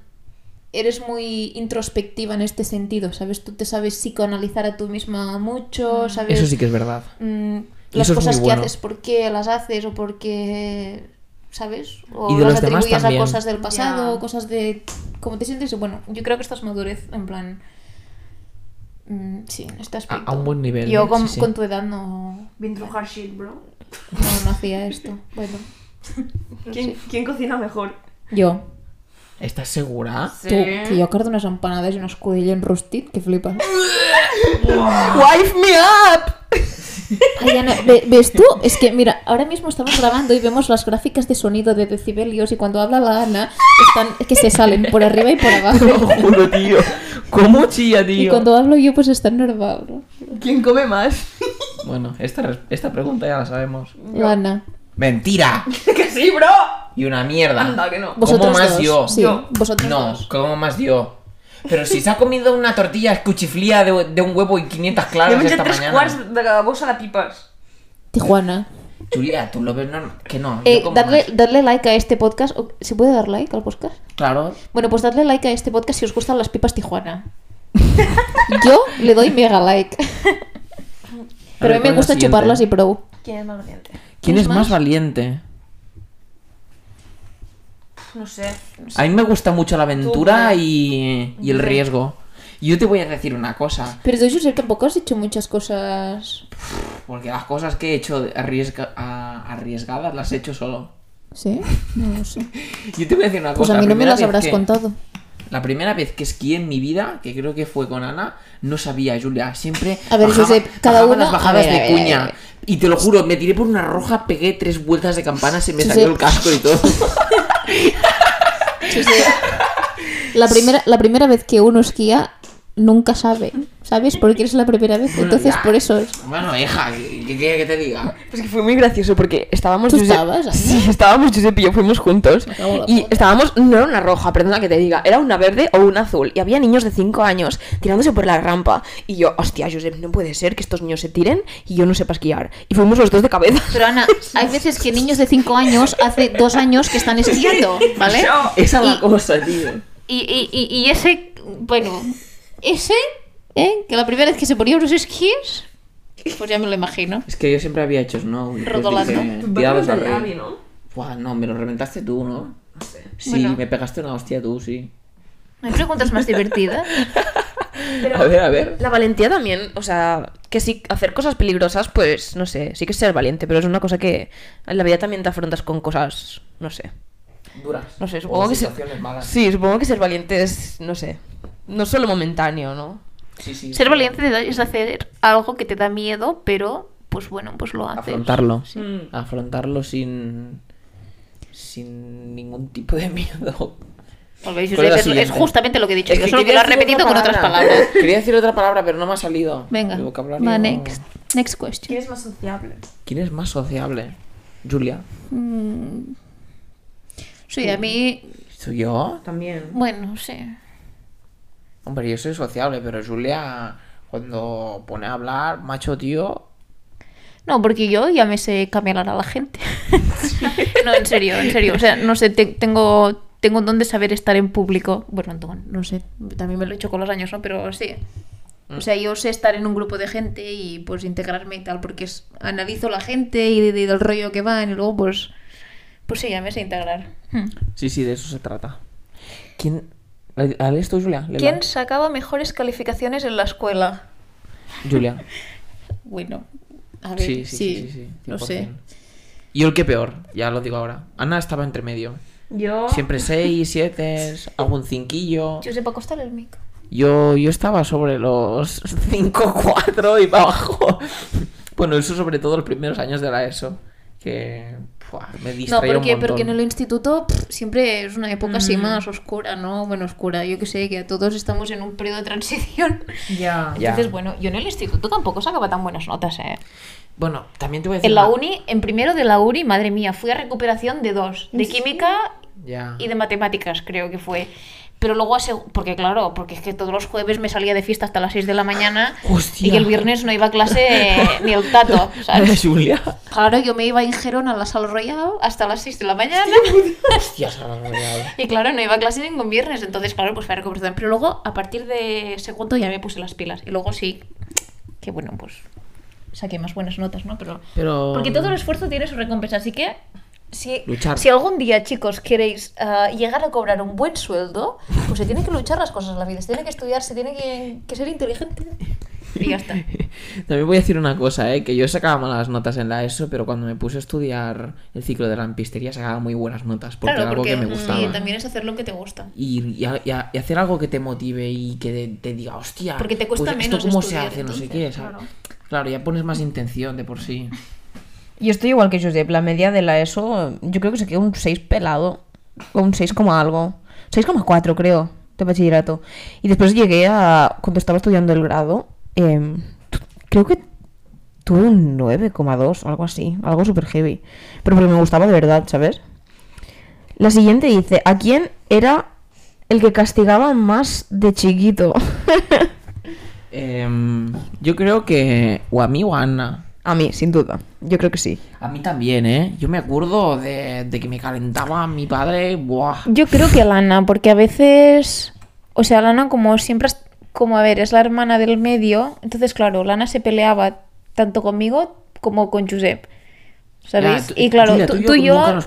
eres muy introspectiva en este sentido, ¿sabes? Tú te sabes psicoanalizar a tú misma mucho, ¿sabes?
Eso sí que es verdad.
Mm,
Y
las
eso es
cosas que
muy bueno.
haces, por qué las haces o por qué, ¿sabes? O
Y de
las
los demás
atribuyes a
también.
cosas del pasado,
Ya.
cosas de cómo te sientes. y Bueno, yo creo que estás madurez, en plan... mm, sí, en este aspecto.
a un buen nivel,
Yo
¿eh?
con,
Sí, sí.
con tu edad no,
Been through hard shit, bro.
no, no hacía esto. Bueno,
¿Quién, quién cocina mejor?
yo.
¿Estás segura?
Sí.
Tú, que yo acuerdo unas empanadas y unos codillos en rostit, que flipas.
¡Wife me up!
Ay, Ana, ¿ve- ¿ves tú? Es que, mira, ahora mismo estamos grabando y vemos las gráficas de sonido de decibelios y cuando habla la Ana, están, que se salen por arriba y por
Te lo
abajo.
juro, tío. ¿Cómo chilla, tío?
Y cuando hablo yo, pues está nervado. ¿no?
¿Quién come más?
Bueno, esta, res- esta pregunta ya la sabemos.
La Ana.
¡Mentira!
¡Que sí, bro!
Y una mierda.
Anda, que no.
Vosotros
¿Cómo más
dos.
yo?
Sí,
Yo.
vosotros
no,
dos.
¿cómo más yo? Pero si se ha comido una tortilla escuchiflía de, de un huevo y 500
Yo
claras
me eché
esta
tres
mañana.
cuarts de cada bolsa de pipas.
Tijuana.
Julia, tú lo ves normal. Que no. yo
Eh,
como
darle,
más.
darle like a este podcast. ¿O- ¿Se puede dar like al podcast?
Claro.
Bueno, pues darle like a este podcast si os gustan las pipas Tijuana. Yo le doy mega like. Pero a
ver,
mí
¿cuál
me
es la
gusta
siguiente?
chuparlas y pro.
¿Quién es más valiente?
¿Quién es
más?
más valiente?
No sé.
A mí me gusta mucho la aventura
Tú,
y, y el
Yo.
riesgo. Yo te voy a decir una cosa.
Pero tú, Josep, tampoco has hecho muchas cosas.
Porque las cosas que he hecho arriesga- a- arriesgadas las he hecho solo.
¿Sí? No lo sé.
Yo te voy a decir una
Pues
cosa.
a
la
mí no me
primera
las
vez
habrás
que-
contado.
La primera vez que esquié en mi vida, que creo que fue con Ana, no sabía, Julia. Siempre.
A ver, Josep, cada
bajaba
uno-
las bajadas
a ver, a
de
ver,
cuña.
a ver.
Y te lo juro, me tiré por una roja, pegué tres vueltas de campana, se me
Josep.
salió el casco y todo.
Sí, sí.
La primera, la primera vez que uno esquía, nunca sabe. ¿Sabes? Porque es la primera vez. Entonces,
ya.
por eso. es-
Bueno, hija, ¿qué quieres que te diga?
Pues que fue muy gracioso porque estábamos...
¿Tú
Josep-
estabas ahí?
Sí, estábamos Josep y yo, fuimos juntos.
cago en la
Y
puta.
estábamos... No era una roja, perdona que te diga. Era una verde o una azul. Y había niños de 5 años tirándose por la rampa. Y yo, hostia, Josep, no puede ser que estos niños se tiren y yo no sepa esquiar. Y fuimos los dos de cabeza.
Pero Ana, hay veces que niños de 5 años hace dos años que están esquiando, ¿vale?
Esa es
Y-
la cosa, tío.
Y, y- y- y ese, bueno, ese, ¿eh? que la primera vez que se ponía unos esquís, pues ya me lo imagino.
Es que yo siempre había hecho snow. entonces
Rodolando.
dije, "Tirados al rey". Buah, no, me lo reventaste tú, ¿no? Sí,
Bueno.
me pegaste una hostia tú, sí.
¿Me preguntas más divertidas?
a ver, a ver.
La valentía también, o sea, que sí, hacer cosas peligrosas, pues no sé, sí que es ser valiente, pero es una cosa que en la vida también te afrontas con cosas, no sé.
Duras.
No sé, supongo que ser, Sí, supongo que ser valiente es, no sé, no solo momentáneo, ¿no?
Sí, sí.
Ser valiente te da- es hacer algo que te da miedo, pero pues bueno, pues lo haces.
Afrontarlo. Afrontarlo sin. sin ningún tipo de miedo.
Porque dices,
¿Cuál Pues es la
es, es
siguiente?
justamente lo que he dicho.
Es
yo
que
solo que
quería
lo has
decir
repetido
otra
con otras
palabra.
palabras.
Quería decir otra palabra, pero no me ha salido.
Venga,
Mi vocabulario-
va, next. Next question.
es más sociable?
¿Quién es más sociable? Julia.
Sí, a mí,
¿Soy yo?
También.
bueno, sí.
Hombre, yo soy sociable, pero Julia, cuando pone a hablar, macho tío.
No, porque yo ya me sé cambiar a la gente. no, en serio, en serio. O sea, no sé, te- tengo, tengo un don de saber estar en público. Bueno, don, no sé, también me lo he hecho con los años, ¿no? Pero sí. O sea, yo sé estar en un grupo de gente y pues integrarme y tal, porque es- analizo la gente y, de- del rollo que van y luego pues... Pues sí, ya me sé integrar. Hmm.
Sí, sí, de eso se trata. ¿Quién. ¿Al esto, Julia? Léela.
¿Quién sacaba mejores calificaciones en la escuela?
Julia.
Bueno, a ver,
Sí, sí, sí, sí, sí,
no sé.
100%. Y el que peor, ya lo digo ahora. Ana estaba entre medio.
Yo...
Siempre 6, 7, algún cinquillo.
Yo sepa costar el mic.
Yo, yo estaba sobre los 5, 4 y para abajo. Bueno, eso sobre todo los primeros años de la ESO. Que pua, me
No,
distraía
porque,
un
porque en
montón. Mm.
el instituto pff, siempre es una época así más oscura, ¿no? Bueno, oscura, yo que sé, que a todos estamos en un periodo de transición.
Ya.
Ya.
Entonces, bueno, yo en el instituto tampoco sacaba tan buenas notas, ¿eh?
Bueno, también te voy a decir...
En la
una-
uni, en primero de la uni, madre mía, fui a recuperación de dos, de química
Ya.
y de matemáticas, creo que fue. Pero luego, a seg- porque claro, porque es que todos los jueves me salía de fiesta hasta las 6 de la mañana
Hostia.
y el viernes no iba a clase ni el tato,
Vaya,
¿sabes?
Julia.
Claro, yo me iba en Gerona a la sala royal hasta las 6 de la mañana.
Hostia, se me ha olvidado.
Y claro, no iba a clase ningún viernes, entonces claro, pues fue a recuperación. Pero luego, a partir de segundo, ya me puse las pilas. Y luego sí, que bueno, pues saqué más buenas notas, ¿no? Pero...
Pero...
Porque todo el esfuerzo tiene su recompensa, así que... Si,
Luchar.
si algún día, chicos, queréis ah, llegar a cobrar un buen sueldo, pues se tiene que luchar las cosas en la vida, se tiene que estudiar, se tiene que, que ser inteligente. Y ya está.
También voy a decir una cosa, ¿eh? que yo sacaba malas notas en la ESO, pero cuando me puse a estudiar el ciclo de lampistería sacaba muy buenas notas, porque era algo que me
mm,
gustaba.
sí, también es hacer lo que te gusta.
Y, y a- y a- y hacer algo que te motive y que te, te diga, hostia,
Porque te cuesta
pues
menos
esto cómo
estudiar,
se hace, no sé
entonces,
qué, ¿sabes?
claro.
Claro. ya pones más intención de por sí.
Yo estoy igual que Josep, la media de la ESO, yo creo que saqué un 6 pelado, o un 6, coma algo, 6,4 creo, de bachillerato. Y después llegué a, cuando estaba estudiando el grado, em, tu- creo que tuve un 9,2, algo así, algo super heavy, pero porque me gustaba de verdad, ¿sabes? La siguiente dice, ¿a quién era el que castigaba más de chiquito?
Em, yo creo que, o a mí o a Ana.
a mí, sin duda, yo creo que sí.
A mí también, ¿eh? Yo me acuerdo de, de que me calentaba mi padre, buah.
Yo creo que Lana, porque a veces, o sea, Lana como siempre, es- como a ver, es la hermana del medio, entonces claro, Lana se peleaba tanto conmigo como con Josep. ¿Sabéis?
Ya, tú-
y claro,
Julia,
tú, tú y yo nunca nos,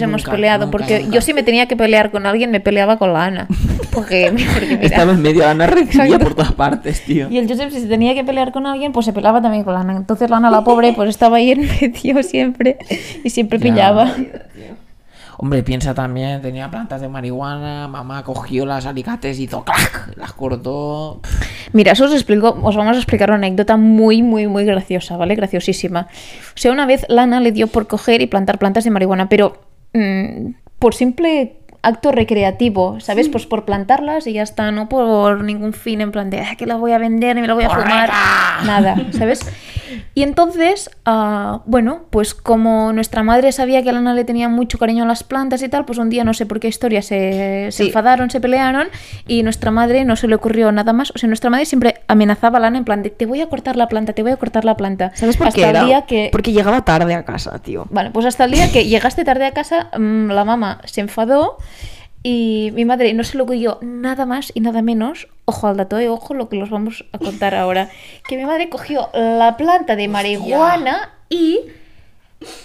hemos
nunca,
peleado,
nunca,
porque
nunca.
yo si me tenía que pelear con alguien, me peleaba con la Ana. Porque, porque mira.
Estaba en medio, Ana recibía
Exacto.
por todas partes, tío.
Y el Josep, si se tenía que pelear con alguien, pues se pelaba también con la Ana. Entonces la Ana, la pobre, pues estaba ahí en medio siempre y siempre
Ya.
pillaba.
Hombre, piensa también, tenía plantas de marihuana, mamá cogió las alicates, hizo clac, las cortó.
Mira, eso os explico, os vamos a explicar una anécdota muy, muy, muy graciosa, ¿vale? Graciosísima. O sea, una vez Lana le dio por coger y plantar plantas de marihuana, pero mm, por simple acto recreativo, ¿sabes? Pues por plantarlas y ya está, no por ningún fin en plan de "Ah, que la voy a vender ni me la voy a fumar, nada, ¿sabes? Y entonces, ah, bueno, pues como nuestra madre sabía que a Lana le tenía mucho cariño a las plantas y tal, pues un día no sé por qué historia se, se
Sí.
enfadaron, se pelearon y nuestra madre no se le ocurrió nada más. O sea, nuestra madre siempre amenazaba a Lana en plan de te voy a cortar la planta, te voy a cortar la planta.
¿Sabes por
Hasta
qué
el
era?
día que...
Porque llegaba tarde a casa, tío.
Vale, pues hasta el día que llegaste tarde a casa, mm, la mamá se enfadó y mi madre no se lo ocurrió nada más y nada menos. Ojo al dato y ojo lo que los vamos a contar ahora. Que mi madre cogió la planta de marihuana y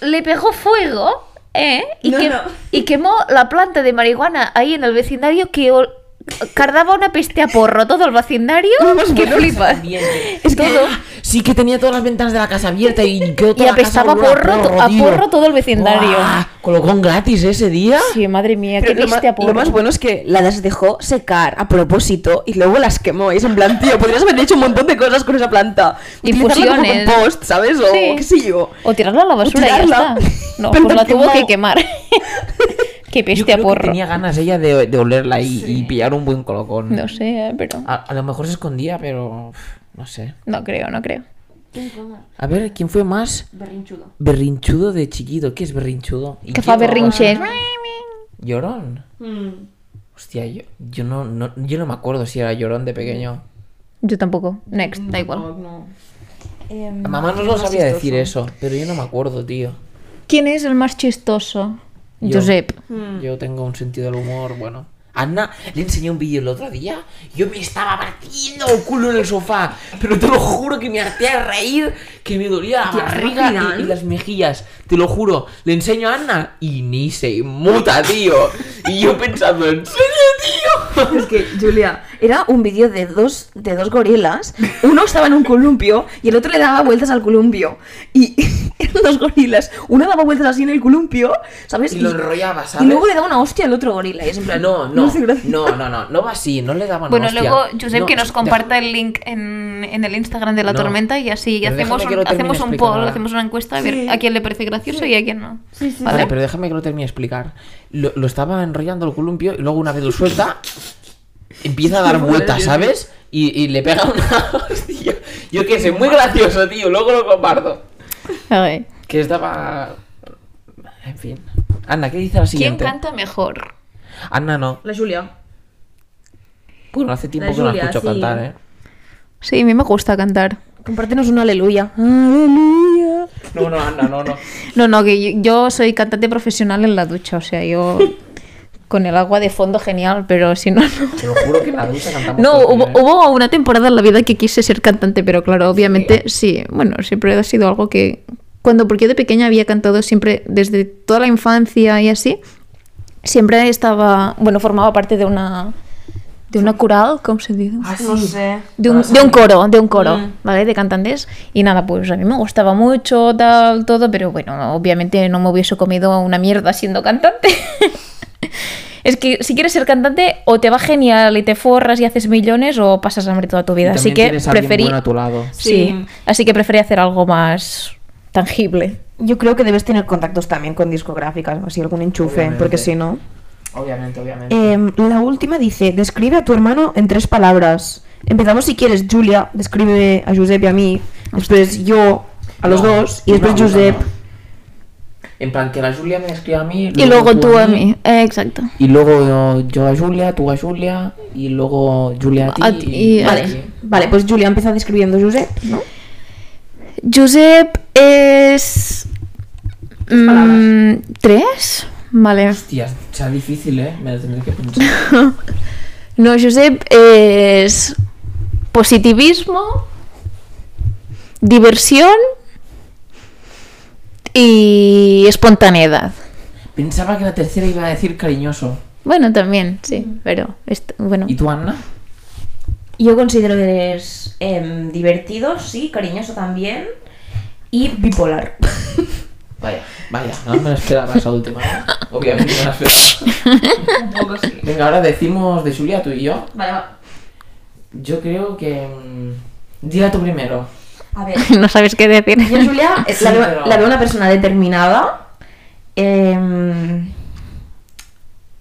le pegó fuego, ¿eh? Y,
No,
que-
no.
y quemó la planta de marihuana ahí en el vecindario que ol- cardaba una peste a porro todo el vecindario. que flipas.
eh.
Es que
Todo.
sí que tenía todas las ventanas de la casa abiertas y quedó toda
Y
la casa
apestaba a
olor
porro to- a
tío.
porro todo el vecindario.
Buah, Colocón gratis ese día.
Sí, madre mía, qué
Pero lo, ma-
peste a
lo
porro.
más bueno es que la las dejó secar a propósito y luego las quemó. Y es en plan, tío, podrías haber hecho un montón de cosas con esa planta. Utilizarla como
Infusiones.
compost, ¿sabes? O
Sí.
qué sé yo.
O tirarla a la basura y ya
tirarla.
está. No,
Pero
pues la tuvo
quemado.
que quemar. Qué
Yo
peste a
creo que
porro.
tenía ganas ella de, de olerla y, y pillar un buen colocón.
No sé, eh, pero.
A, a lo mejor se escondía, pero uf, no sé.
No creo, no creo.
A ver, ¿quién fue más
Berrinchudo.
berrinchudo de chiquito? ¿Qué es berrinchudo?
Que fa berrinches.
Llorón.
Mm.
Hostia, yo, yo, no, no- yo no me acuerdo si era llorón de pequeño.
Yo tampoco. Next, da igual.
Em,
La mamá no lo sabía decir eso, pero yo no me acuerdo, tío.
¿Quién es el más chistoso?
Yo.
Josep.
Yo tengo un sentido del humor, bueno. Ana le enseñé un vídeo el otro día. Yo me estaba partiendo el culo en el sofá. Pero te lo juro que me harté a reír, que me dolía la barriga y, y las mejillas. Te lo juro. Le enseño a Ana y ni se muta, tío. Y yo pensando, ¿en serio, tío?
Es que, Eh, Julia, era un vídeo de dos, de dos gorilas. Uno estaba en un columpio y el otro le daba vueltas al columpio. Y eran dos gorilas. Uno daba vueltas así en el columpio, ¿sabes?
Y lo enrollaba, ¿sabes?
Y luego le daba una hostia al otro gorila. Y es en plan,
No, no,
hace gracia.
no, no, no, no va así, no le daban
Bueno,
hostia.
luego Josep
No,
que nos
deja-
comparta el link en, en el Instagram de La
No.
Tormenta y así
Pero
hacemos
déjame que
un,
lo termine
hacemos un
explicar
poll,
ahora.
hacemos una encuesta a ver
Sí.
a quién le parece gracioso y a quién no.
Vale, pero déjame que lo termine de explicar. Lo, lo estaba enrollando el columpio y luego una vez lo suelta, empieza a dar vueltas, ¿sabes? Y, y le pega una hostia. Yo qué sé, muy gracioso, tío. Luego lo comparto. Que estaba... En fin. Ana, ¿qué dice la
¿Quién
siguiente?
canta mejor?
Ana no.
La Julia.
Bueno, hace tiempo
La
que no la
Julia,
escucho
sí.
cantar, ¿eh?
Sí, a mí me gusta cantar.
Compártenos un aleluya. Aleluya.
No, no, Ana, no, no.
No, no, que yo, yo soy cantante profesional en la ducha, o sea, yo con el agua de fondo genial, pero si no, no.
Te lo juro que en la ducha cantamos
No,
todos
hubo,
bien, ¿eh?
hubo una temporada en la vida que quise ser cantante, pero claro, obviamente sí, bueno, siempre ha sido algo que cuando, porque yo de pequeña había cantado siempre desde toda la infancia y así, siempre estaba, bueno, formaba parte de una, de una coral, ¿cómo se dice?
Ah,
Ah,
No sé.
De un, de un coro, de un coro,
Mm.
¿vale? De cantantes. Y nada, pues a mí me gustaba mucho, tal, todo, pero bueno, obviamente no me hubiese comido una mierda siendo cantante. es que si quieres ser cantante, o te va genial y te forras y haces millones, o pasas hambre toda tu
Y
vida. Así
también
que
tienes a alguien
preferí.
bueno a tu lado.
Sí.
Sí.
así que preferí hacer algo más tangible.
Yo creo que debes tener contactos también con discográficas o así algún enchufe,
Obviamente.
porque si no.
Obviamente, obviamente.
Em, la última dice: describe a tu hermano en tres palabras. Empezamos si quieres, Julia, describe a Josep y a mí. Después yo, a los
No,
dos. Y después
no, no,
Josep.
no. En plan, que la Julia me escriba a mí.
Y luego tú a mí, Eh, exacto.
Y luego yo, yo a Julia, tú a Julia. Y luego Julia a ti.
A ti, y-
Vale, vale, pues Julia empieza describiendo a Josep, ¿no?
Josep es. mm, ¿Tres? Vale.
Hostia, sea difícil, ¿eh? Me tendré que pensar.
No, Josep es positivismo, diversión y espontaneidad.
Pensaba que la tercera iba a decir cariñoso.
Bueno, también, sí, pero est- bueno.
¿Y tú, Anna?
Yo considero que eres em, divertido, sí, cariñoso también. Y bipolar.
Vaya, vaya. No me lo esperaba esa última. ¿eh? Obviamente no me la esperaba.
Un poco sí.
Venga, ahora decimos de Julia, tú y yo.
Vale, va.
Yo creo que... mm, Dila tú primero.
a ver.
No sabes qué decir.
Yo, Julia, eh,
Sí,
la, veo,
pero-
la veo una persona determinada. em,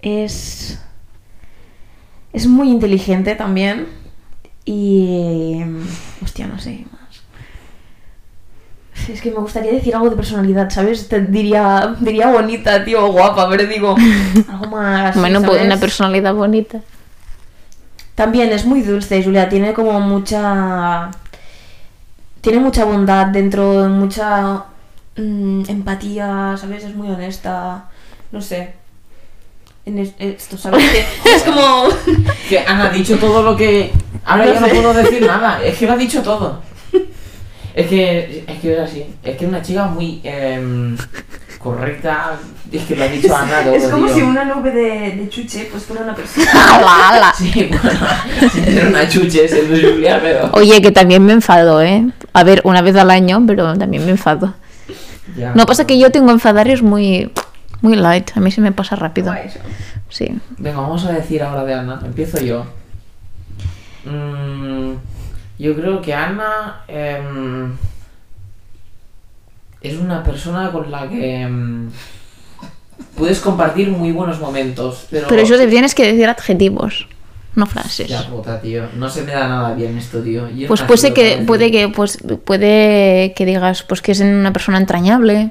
Es. Es muy inteligente también. Y. em, Hostia, no sé más. Sí, Es que me gustaría decir algo de personalidad, ¿sabes? Te diría, diría bonita, tío, o guapa, pero digo algo más. Ah, sí,
bueno, pues
¿sabes?
una personalidad bonita.
También es muy dulce, Julia. Tiene como mucha. Tiene mucha bondad dentro, mucha mm, empatía, ¿sabes? Es muy honesta. No sé. En es- esto, ¿sabes? Que es como.
Que Ana ha dicho todo lo que. Ahora
No
ya no
sé.
puedo decir nada. Es que lo ha dicho todo. Es que es, que es así. Es que es una chica muy em, correcta. Es que lo ha dicho Ana todo.
es como
tío.
si una nube de, de chuche pues fuera una persona.
¡Hala, hala!
Sí, bueno, sin ser una chuche, siendo Julia, pero.
Oye, que también me enfado, ¿eh? A ver, una vez al año, pero también me enfado.
Ya,
No, pasa
bueno.
que yo tengo enfadarios muy, muy light. A mí se me pasa rápido.
Guay, eso.
Sí.
Venga, vamos a decir ahora de Ana. Empiezo yo. Mm, yo creo que Ana em, es una persona con la que em, puedes compartir muy buenos momentos. Pero,
Pero eso te tienes que decir adjetivos, no frases.
Ya, puta, tío. No se me da nada bien esto, tío. Yo
Pues
no
puede
sé lo
que,
voy a
puede
decir.
que, pues, puede que digas, pues que es una persona entrañable.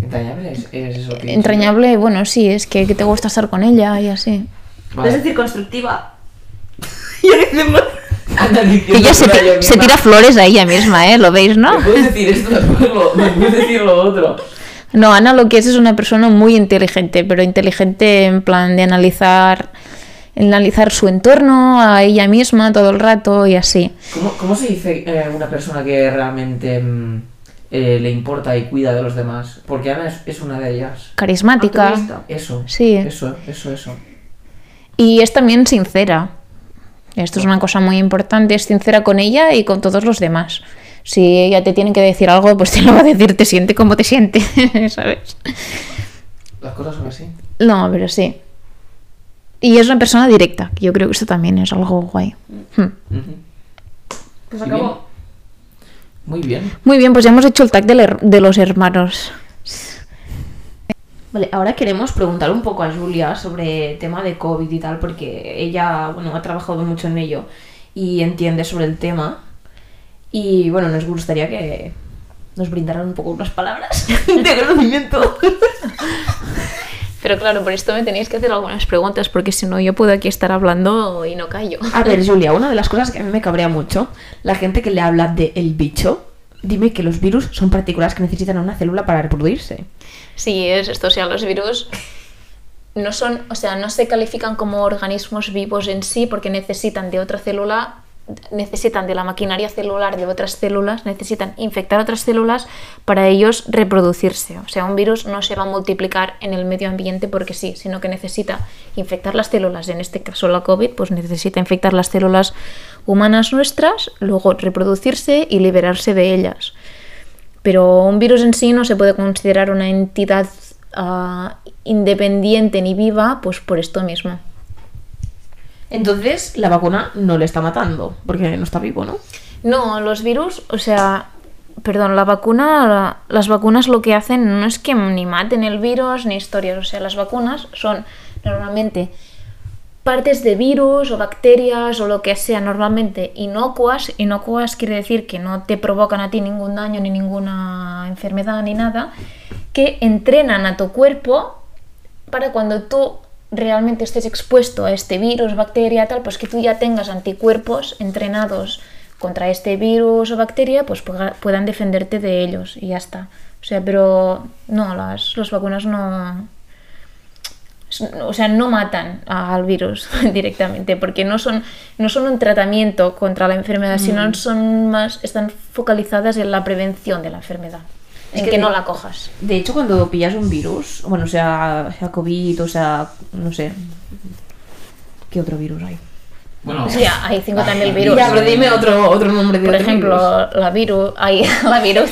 Entrañable es, es eso que he dicho.
Entrañable, bueno, sí, es que, que te gusta estar con ella y así.
Es
Vale.
decir, constructiva. Yo no hice nada.
Ana
Que
diciendo
ella se,
una
ti-
yo
se
misma.
tira flores a ella misma, ¿eh? ¿Lo veis, no?
Me puedes decir esto, me puedes lo- me puedes decir lo otro.
No, Ana lo que es es una persona muy inteligente, pero inteligente en plan de analizar, analizar su entorno, a ella misma todo el rato y así.
¿Cómo, cómo se dice eh, una persona que realmente mm, eh, le importa y cuida de los demás? Porque Ana es, es una de ellas.
Carismática.
Ah,
Altruista.
Eso.
Sí. eh.
Eso, eso, eso.
Y es también sincera. Esto es una cosa muy importante, es sincera con ella y con todos los demás. Si ella te tiene que decir algo, pues te lo va a decir, te siente como te siente, ¿sabes?
Las cosas son así.
No, pero sí. Y es una persona directa, que yo creo que eso también es algo guay. Hmm.
Ujú.
Pues
Sí,
acabó.
Muy bien.
Muy bien, pues ya hemos hecho el tag del her- de los hermanos.
Vale, ahora queremos preguntar un poco a Julia sobre el tema de COVID y tal, porque ella, bueno, ha trabajado mucho en ello y entiende sobre el tema. Y bueno, nos gustaría que nos brindaran un poco unas palabras de agradecimiento.
Pero claro, por esto me tenéis que hacer algunas preguntas, porque si no yo puedo aquí estar hablando y no callo.
A ver, Julia, una de las cosas que a mí me cabrea mucho, la gente que le habla de el bicho, dime que los virus son partículas que necesitan una célula para reproducirse.
Sí, es esto, o sea, los virus no son, o sea, no se califican como organismos vivos en sí porque necesitan de otra célula, necesitan de la maquinaria celular de otras células, necesitan infectar otras células para ellos reproducirse. O sea, un virus no se va a multiplicar en el medio ambiente porque sí, sino que necesita infectar las células, en este caso la COVID, pues necesita infectar las células humanas nuestras, luego reproducirse y liberarse de ellas. Pero un virus en sí no se puede considerar una entidad ah, independiente ni viva, pues por esto mismo.
Entonces, la vacuna no le está matando, porque no está vivo, ¿no?
No, los virus, o sea, perdón, la vacuna, la- las vacunas lo que hacen no es que ni maten el virus ni historias, o sea, las vacunas son normalmente partes de virus o bacterias o lo que sea normalmente inocuas. Inocuas quiere decir que no te provocan a ti ningún daño ni ninguna enfermedad ni nada, que entrenan a tu cuerpo para cuando tú realmente estés expuesto a este virus, bacteria, tal, pues que tú ya tengas anticuerpos entrenados contra este virus o bacteria, pues pueda- puedan defenderte de ellos y ya está. O sea, pero no, las, las vacunas no... O sea, no matan a- al virus directamente, porque no son, no son un tratamiento contra la enfermedad,
Mm.
sino son más, están focalizadas en la prevención de la enfermedad,
Es
en
que
que no
de-
la cojas.
De hecho, cuando pillas un virus, bueno, sea, sea COVID o sea, no sé, ¿qué otro virus hay?
Bueno.
Sí, hay 50.000 virus.
Ya, pero dime otro, otro nombre de
Por
otro virus.
ejemplo, la virus, ay, la virus,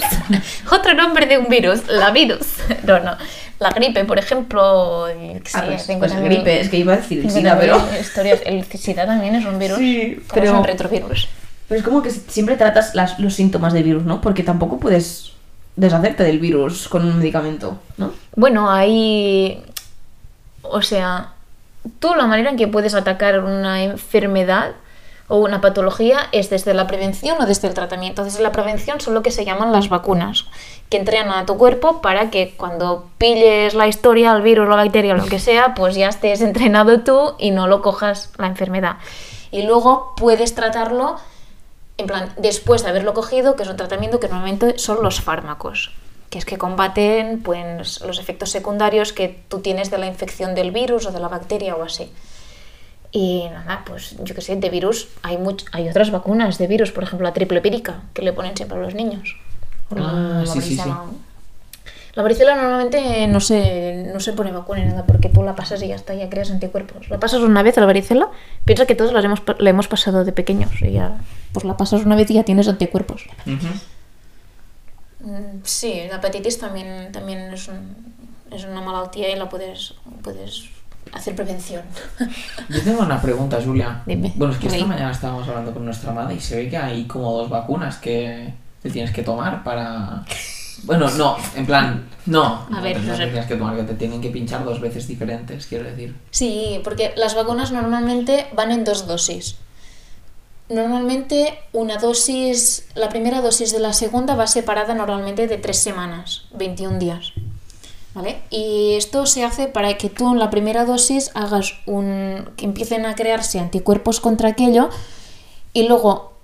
otro nombre de un virus, la virus, no, no, la gripe, por ejemplo, eh, yo qué sé,
Ah, pues, pues
50.000
gripe, es que iba a decir sida,
50.000
pero...
historias, el SIDA también es un virus,
Sí,
como
pero-
es un retrovirus.
Pero es como que siempre tratas las- los síntomas del virus, ¿no? Porque tampoco puedes deshacerte del virus con un medicamento, ¿no?
Bueno, hay O sea, tú la manera en que puedes atacar una enfermedad o una patología es desde la prevención o desde el tratamiento. Desde la prevención son lo que se llaman las vacunas, que entrenan a tu cuerpo para que cuando pilles la historia, el virus, la bacteria, lo que sea, pues ya estés entrenado tú y no lo cojas la enfermedad. Y luego puedes tratarlo en plan, después de haberlo cogido, que es un tratamiento que normalmente son los fármacos, que es que combaten pues, los efectos secundarios que tú tienes de la infección del virus o de la bacteria o así. Y nada, pues yo qué sé, de virus hay, much- hay otras vacunas de virus, por ejemplo la triple pírica, que le ponen siempre a los niños. O
Ah, sí, sí,
varicela. La varicela normalmente no se, no se pone vacuna ni nada, porque tú la pasas y ya está, ya creas anticuerpos. La pasas una vez a la varicela, piensa que todos la hemos, pa- la hemos pasado de pequeños y ya, pues la pasas una vez y ya tienes anticuerpos. Mm, Sí, la hepatitis también, también es, un- es una malaltía y la puedes, puedes hacer prevención.
Yo tengo una pregunta, Julia.
Dime.
Bueno, es que esta
Rey.
mañana estábamos hablando con nuestra madre y se ve que hay como dos vacunas que te tienes que tomar para. Bueno, no, en plan, no.
A ver,
no,
no
te
sé.
tienes que tomar, que te tienen que pinchar dos veces diferentes, quiero decir.
Sí, porque las vacunas normalmente van en dos dosis. Normalmente una dosis, la primera dosis de la segunda va separada normalmente de tres semanas, 21 días. ¿Vale? Y esto se hace para que tú en la primera dosis hagas un. que empiecen a crearse anticuerpos contra aquello y luego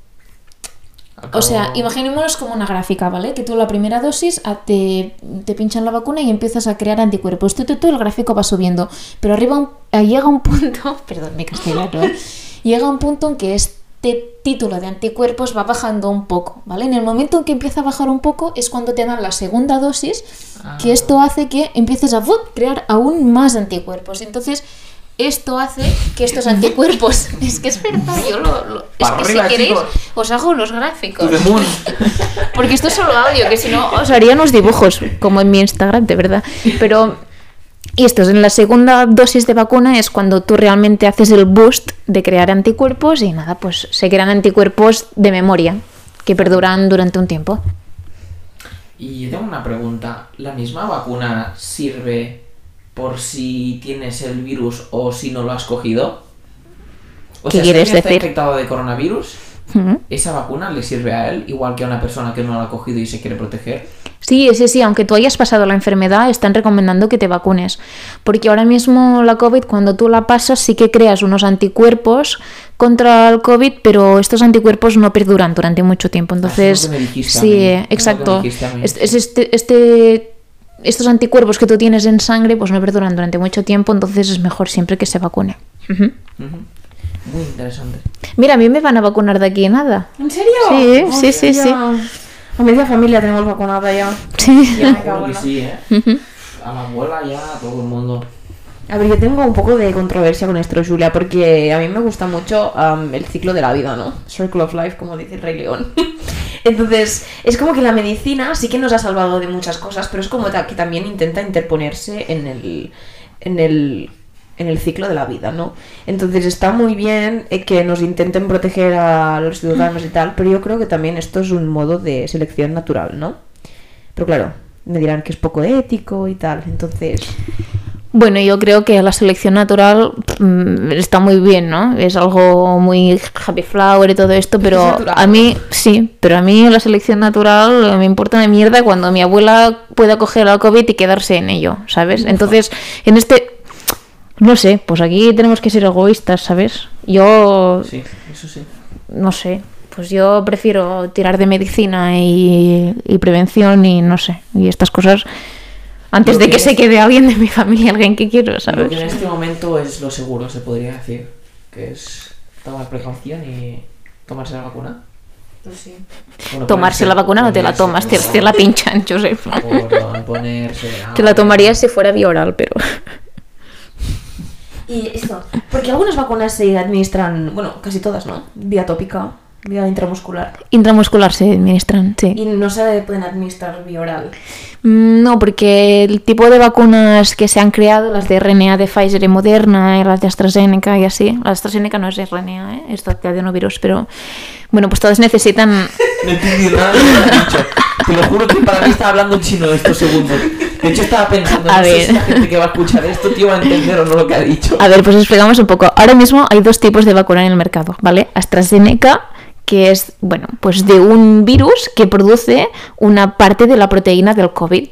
Al
o
cabo-
sea, imaginémonos como una gráfica, ¿vale? Que tú la primera dosis a- te, te pinchan la vacuna y empiezas a crear anticuerpos. Tú, tú, tú, el gráfico va subiendo. Pero arriba un- eh, llega un punto, perdón, mi castellano, ¿eh? llega un punto en que este título de anticuerpos va bajando un poco, ¿vale? En el momento en que empieza a bajar un poco es cuando te dan la segunda dosis,
Ah.
que esto hace que empieces a ¡fut! crear aún más anticuerpos. Entonces, esto hace que estos anticuerpos... es que es verdad, yo lo... lo- es
Para
que
arriba,
si queréis,
chicos.
os hago los gráficos.
To the moon.
Porque esto es solo audio, que si no os haría unos dibujos, como en mi Instagram, de verdad. Pero. Y esto es en la segunda dosis de vacuna, es cuando tú realmente haces el boost de crear anticuerpos y nada, pues se crean anticuerpos de memoria que perduran durante un tiempo.
Y yo tengo una pregunta. ¿La misma vacuna sirve por si tienes el virus o si no lo has cogido? O
¿Qué
si
quieres
alguien está
decir?
infectado de coronavirus,
Ujú.
esa vacuna le sirve a él igual que a una persona que no la ha cogido y se quiere proteger.
Sí, sí, sí, aunque tú hayas pasado la enfermedad, están recomendando que te vacunes. Porque ahora mismo la COVID, cuando tú la pasas, sí que creas unos anticuerpos contra el COVID, pero estos anticuerpos no perduran durante mucho tiempo. Entonces,
Ah, que me dijiste a
sí,
mí, es lo que
exacto.
me dijiste a mí.
Es- es este, este- estos anticuerpos que tú tienes en sangre, pues no perduran durante mucho tiempo, entonces es mejor siempre que se vacune. Ujú.
Ujú. Muy interesante.
Mira, a mí me van a vacunar de aquí nada.
¿En serio?
Sí, sí, sí, sí.
A media familia tenemos vacunada ya.
Sí.
Ya, seguro que sí, ¿eh? A la abuela ya, a todo el mundo.
A ver, yo tengo un poco de controversia con esto, Julia, porque a mí me gusta mucho am, el ciclo de la vida, ¿no? Circle of Life, como dice el Rey León. Entonces, es como que la medicina sí que nos ha salvado de muchas cosas, pero es como ta- que también intenta interponerse en el, en el, en el ciclo de la vida, ¿no? Entonces, está muy bien eh, que nos intenten proteger a los ciudadanos y tal, pero yo creo que también esto es un modo de selección natural, ¿no? Pero claro, me dirán que es poco ético y tal, entonces...
Bueno, yo creo que la selección natural mm, está muy bien, ¿no? Es algo muy happy flower y todo esto,
es
pero
natural.
a mí sí, pero a mí la selección natural me importa una mierda cuando mi abuela pueda coger al COVID y quedarse en ello, ¿sabes? Entonces, en este, no sé, pues aquí tenemos que ser egoístas, ¿sabes? Yo
Sí, eso sí.
no sé, pues yo prefiero tirar de medicina y, y prevención y no sé, y estas cosas antes
Lo
de
que
que se
es-
quede alguien de mi familia, alguien que quiero,
Lo que en
¿sabes?
este momento es lo seguro, se podría decir. Que es tomar precaución y tomarse la vacuna.
Pues
Tomarse
Bueno, ponerse-
la vacuna no te la
ponerse,
tomas, te,
perdón.
te la pinchan, Josep.
Perdón, ponerse. ah,
Te la tomarías si fuera vía oral, pero...
Y esto, porque algunas vacunas se administran, bueno, casi todas, ¿no? Vía tópica, vía intramuscular.
Intramuscular se administran, sí.
Y no se pueden administrar vía oral.
Mm, No, porque el tipo de vacunas que se han creado, las de RNA de Pfizer y Moderna, y las de AstraZeneca y así, la de AstraZeneca no es RNA, ¿eh? es de adenovirus, pero bueno, pues todas necesitan
No he entendido nada de lo que has dicho. Te lo juro que para mí estaba hablando chino estos segundos. De hecho, estaba pensando,
A
no sé
ver.
si la gente que va a escuchar esto, tío, va a entender o no lo que ha dicho.
A ver, pues explicamos un poco. Ahora mismo hay dos tipos de vacuna en el mercado, ¿vale? AstraZeneca, que es, bueno, pues de un virus que produce una parte de la proteína del COVID.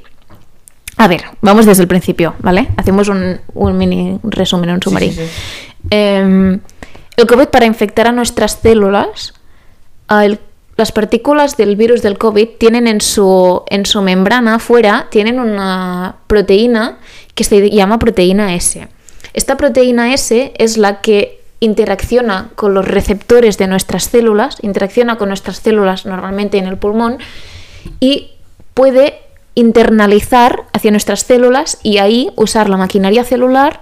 A ver, vamos desde el principio, ¿vale? Hacemos un, un mini resumen, un sumario.
sí,
Em, el COVID para infectar a nuestras células, ah, el- las partículas del virus del COVID tienen en su, en su membrana afuera, tienen una proteína que se llama proteína S. Esta proteína S es la que interacciona con los receptores de nuestras células, interacciona con nuestras células normalmente en el pulmón y puede internalizar hacia nuestras células y ahí usar la maquinaria celular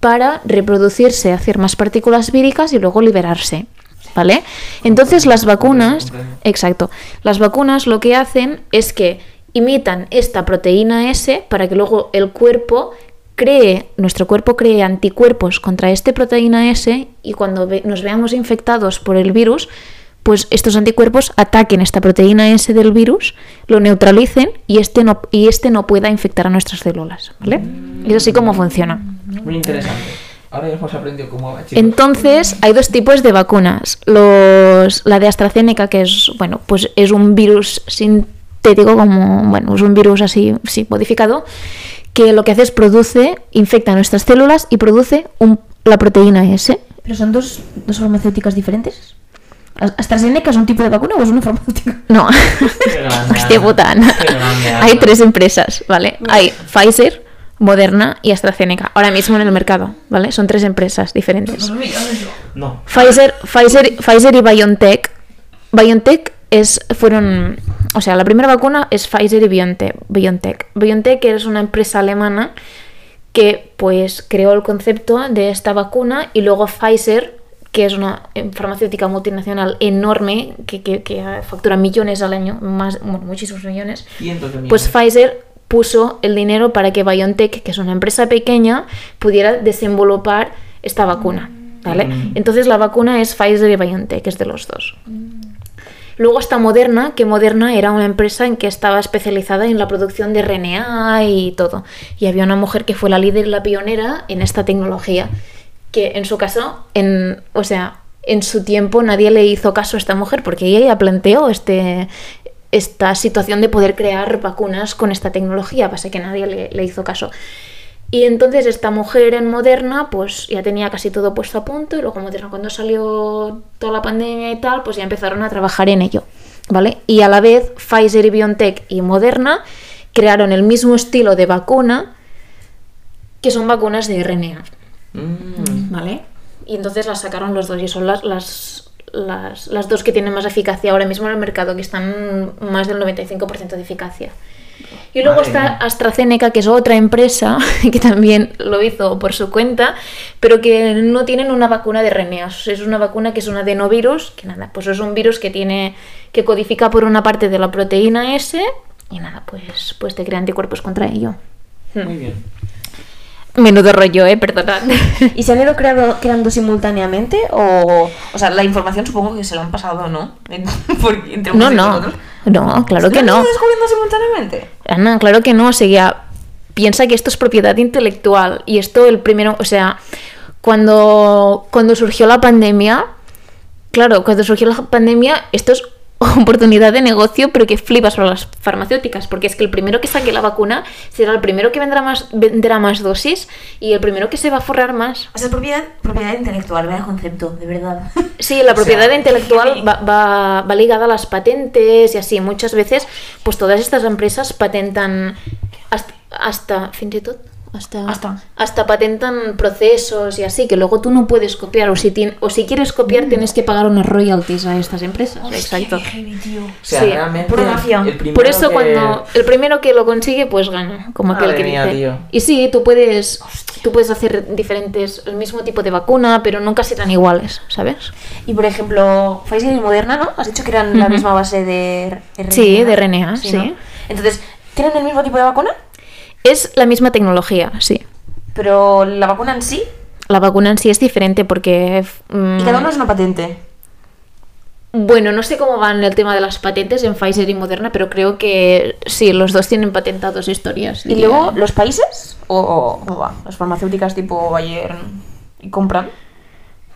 para reproducirse, hacer más partículas víricas y luego liberarse. ¿Vale? Entonces las vacunas, exacto, las vacunas lo que hacen es que imitan esta proteína S para que luego el cuerpo cree, nuestro cuerpo cree anticuerpos contra esta proteína S y cuando ve- nos veamos infectados por el virus, pues estos anticuerpos ataquen esta proteína S del virus, lo neutralicen y este no, y este no pueda infectar a nuestras células. ¿Vale? Es así como funciona.
Muy interesante. Ahora ya hemos aprendido cómo va, chicos.
Entonces, hay dos tipos de vacunas. Los, la de AstraZeneca, que es, bueno, pues es un virus sintético, como, bueno, es un virus así, sí, modificado, que lo que hace es produce, infecta nuestras células y produce un- la proteína S.
¿Pero son dos, dos farmacéuticas diferentes? ¿As- ¿AstraZeneca es un tipo de vacuna o es una farmacéutica?
No,
grande,
hostia
Ana.
puta, Ana.
Qué grande, Ana.
Hay tres empresas, ¿vale? Hay Pfizer, Moderna y AstraZeneca, ahora mismo en el mercado, ¿vale? Son tres empresas diferentes.
No.
Pfizer, Pfizer, Pfizer y BioNTech. BioNTech es, fueron, o sea, la primera vacuna es Pfizer y BioNTech. BioNTech, BioNTech es una empresa alemana que pues creó el concepto de esta vacuna y luego Pfizer, que es una eh, farmacéutica multinacional enorme que, que- que, eh, factura millones al año, más, bueno, muchísimos millones,
Y entonces,
pues
mira,
Pfizer puso el dinero para que BioNTech, que es una empresa pequeña, pudiera desenvolupar esta vacuna, ¿vale?
Mm.
Entonces la vacuna es Pfizer y BioNTech, es de los dos. Luego está Moderna, que Moderna era una empresa en que estaba especializada en la producción de RNA y todo. Y había una mujer que fue la líder y la pionera en esta tecnología, que en su caso, en, o sea, en su tiempo nadie le hizo caso a esta mujer porque ella ya planteó este, esta situación de poder crear vacunas con esta tecnología, pasa que nadie le, le hizo caso. Y entonces esta mujer en Moderna, pues ya tenía casi todo puesto a punto, y luego Moderna cuando salió toda la pandemia y tal, pues ya empezaron a trabajar en ello, ¿vale? Y a la vez Pfizer y BioNTech y Moderna crearon el mismo estilo de vacuna, que son vacunas de RNA,
Mm.
¿vale? Y entonces las sacaron los dos y son las, las, las, las dos que tienen más eficacia ahora mismo en el mercado, que están más del 95% de eficacia. Y luego
Madre
está
mía.
AstraZeneca, que es otra empresa que también lo hizo por su cuenta, pero que no tienen una vacuna de RNA. Es una vacuna que es un adenovirus, que nada, pues es un virus que tiene que codifica por una parte de la proteína S y nada, pues, pues te crea anticuerpos contra ello.
Muy bien.
Menudo rollo, ¿eh? Perdonad.
¿Y se han ido creado- creando simultáneamente? O, o sea, la información supongo que se la han pasado, ¿no? Por- entre
No,
unos y
no.
otros.
No, claro
¿Se
que
han ido
no.
descubriendo simultáneamente?
Ana, claro que no. O sea, ya piensa que esto es propiedad intelectual. Y esto el primero, o sea, cuando, cuando surgió la pandemia, claro, cuando surgió la pandemia, esto es oportunidad de negocio, pero que flipas para las farmacéuticas, porque es que el primero que saque la vacuna será el primero que vendrá más, vendrá más dosis y el primero que se va a forrar más.
O sea, propiedad, propiedad intelectual, vaya concepto, de verdad.
Sí, la
O
propiedad
sea,
intelectual va, va- va ligada a las patentes y así. Muchas veces, pues todas estas empresas patentan hasta... hasta fins i tot? Hasta,
Hasta.
hasta patentan procesos y así, que luego tú no puedes copiar. O si, tien- o si quieres
Mm.
copiar, tienes que pagar unos royalties a estas empresas. Exacto.
O sea,
Sí,
realmente.
pura mafia.
el primero
Por eso
que-
cuando el primero que lo consigue pues gana, como aquel
Madre
que
mía,
dice.
tío.
Y sí, tú puedes tú puedes hacer diferentes el mismo tipo de vacuna, pero nunca serán iguales, ¿sabes?
Y por ejemplo, Pfizer y Moderna, ¿no? Has dicho que eran la
Ujú.
misma base de RNA.
Sí, de RNA, sí.
¿no? Entonces, ¿tienen el mismo tipo de vacuna?
Es la misma tecnología, sí.
Pero la vacuna en sí,
La vacuna en sí es diferente porque... mm,
y cada uno es una patente.
Bueno, no sé cómo van el tema de las patentes en Pfizer y Moderna, pero creo que sí, los dos tienen patentados historias.
¿Y
diría.
luego los países? ¿O, o cómo va? ¿Las farmacéuticas tipo Bayer y compran?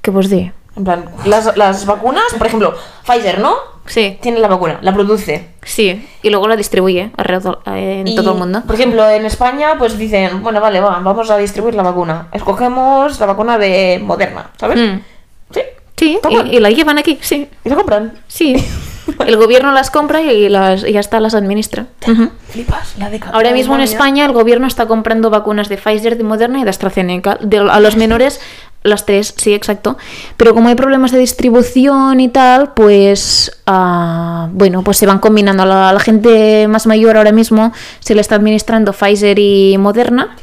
¿Qué vos di?
En plan, las, las vacunas, por ejemplo, Pfizer, ¿no?
Sí,
Tiene la vacuna, la produce.
sí. Y luego la distribuye alrededor- en
Y,
todo el mundo.
Por ejemplo, en España, pues dicen, bueno, vale, va, vamos a distribuir la vacuna. Escogemos la vacuna de Moderna, ¿sabes?
Mm.
Sí.
Sí,
Toman.
y, y la llevan aquí, sí.
Y la compran.
Sí. El gobierno las compra y las y hasta las administra. Ujú.
Flipas, la de
Ahora mismo en España el gobierno está comprando vacunas de Pfizer, de Moderna y de AstraZeneca. De- a los menores, las tres, sí, exacto. Pero como hay problemas de distribución y tal, pues ah, bueno, pues se van combinando. A la, a la gente más mayor ahora mismo se le está administrando Pfizer y Moderna.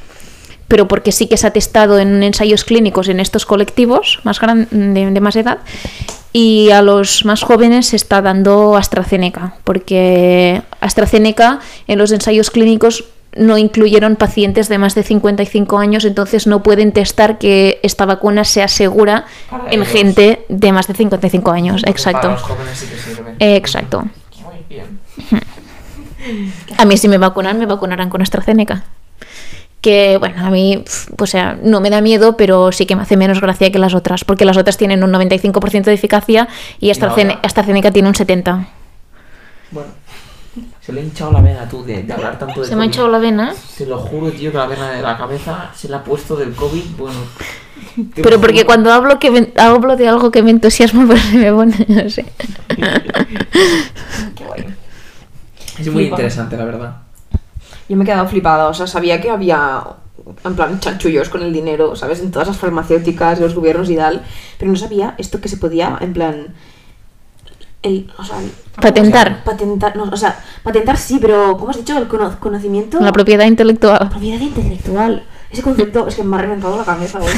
Pero porque sí que se ha testado en ensayos clínicos en estos colectivos más gran- de, de más edad. Y a los más jóvenes se está dando AstraZeneca, porque AstraZeneca en los ensayos clínicos no incluyeron pacientes de más de 55 años, entonces no pueden testar que esta vacuna sea segura
Para
en
ellos.
gente de más de 55 años. Exacto.
jóvenes sí que sirve.
Exacto.
Muy bien.
A mí si me vacunan, me vacunarán con AstraZeneca. Que bueno, a mí, pf, o sea, no me da miedo, pero sí que me hace menos gracia que las otras, porque las otras tienen un 95% de eficacia y AstraZene-
otra?
AstraZeneca tiene un 70%.
Bueno, se le ha hinchado la vena tú de, de hablar tanto
Pues
de
Se me ha
COVID.
echado la vena,
Te lo juro, tío, que la vena de la cabeza se la ha puesto del COVID. Bueno. te lo
pero porque
juro.
cuando hablo que me- hablo de algo que me entusiasma, pues se me pone, no sé.
Es muy interesante, la verdad.
Yo me he quedado flipada, o sea, sabía que había, en plan, chanchullos con el dinero, ¿sabes? En todas las farmacéuticas, los gobiernos y tal, pero no sabía esto que se podía, en plan, el, o sea, el-
Patentar
patentar, no, o sea, patentar sí, pero, ¿cómo has dicho? El cono- conocimiento,
la propiedad intelectual.
propiedad intelectual. Ese concepto es que me ha reventado la cabeza, güey.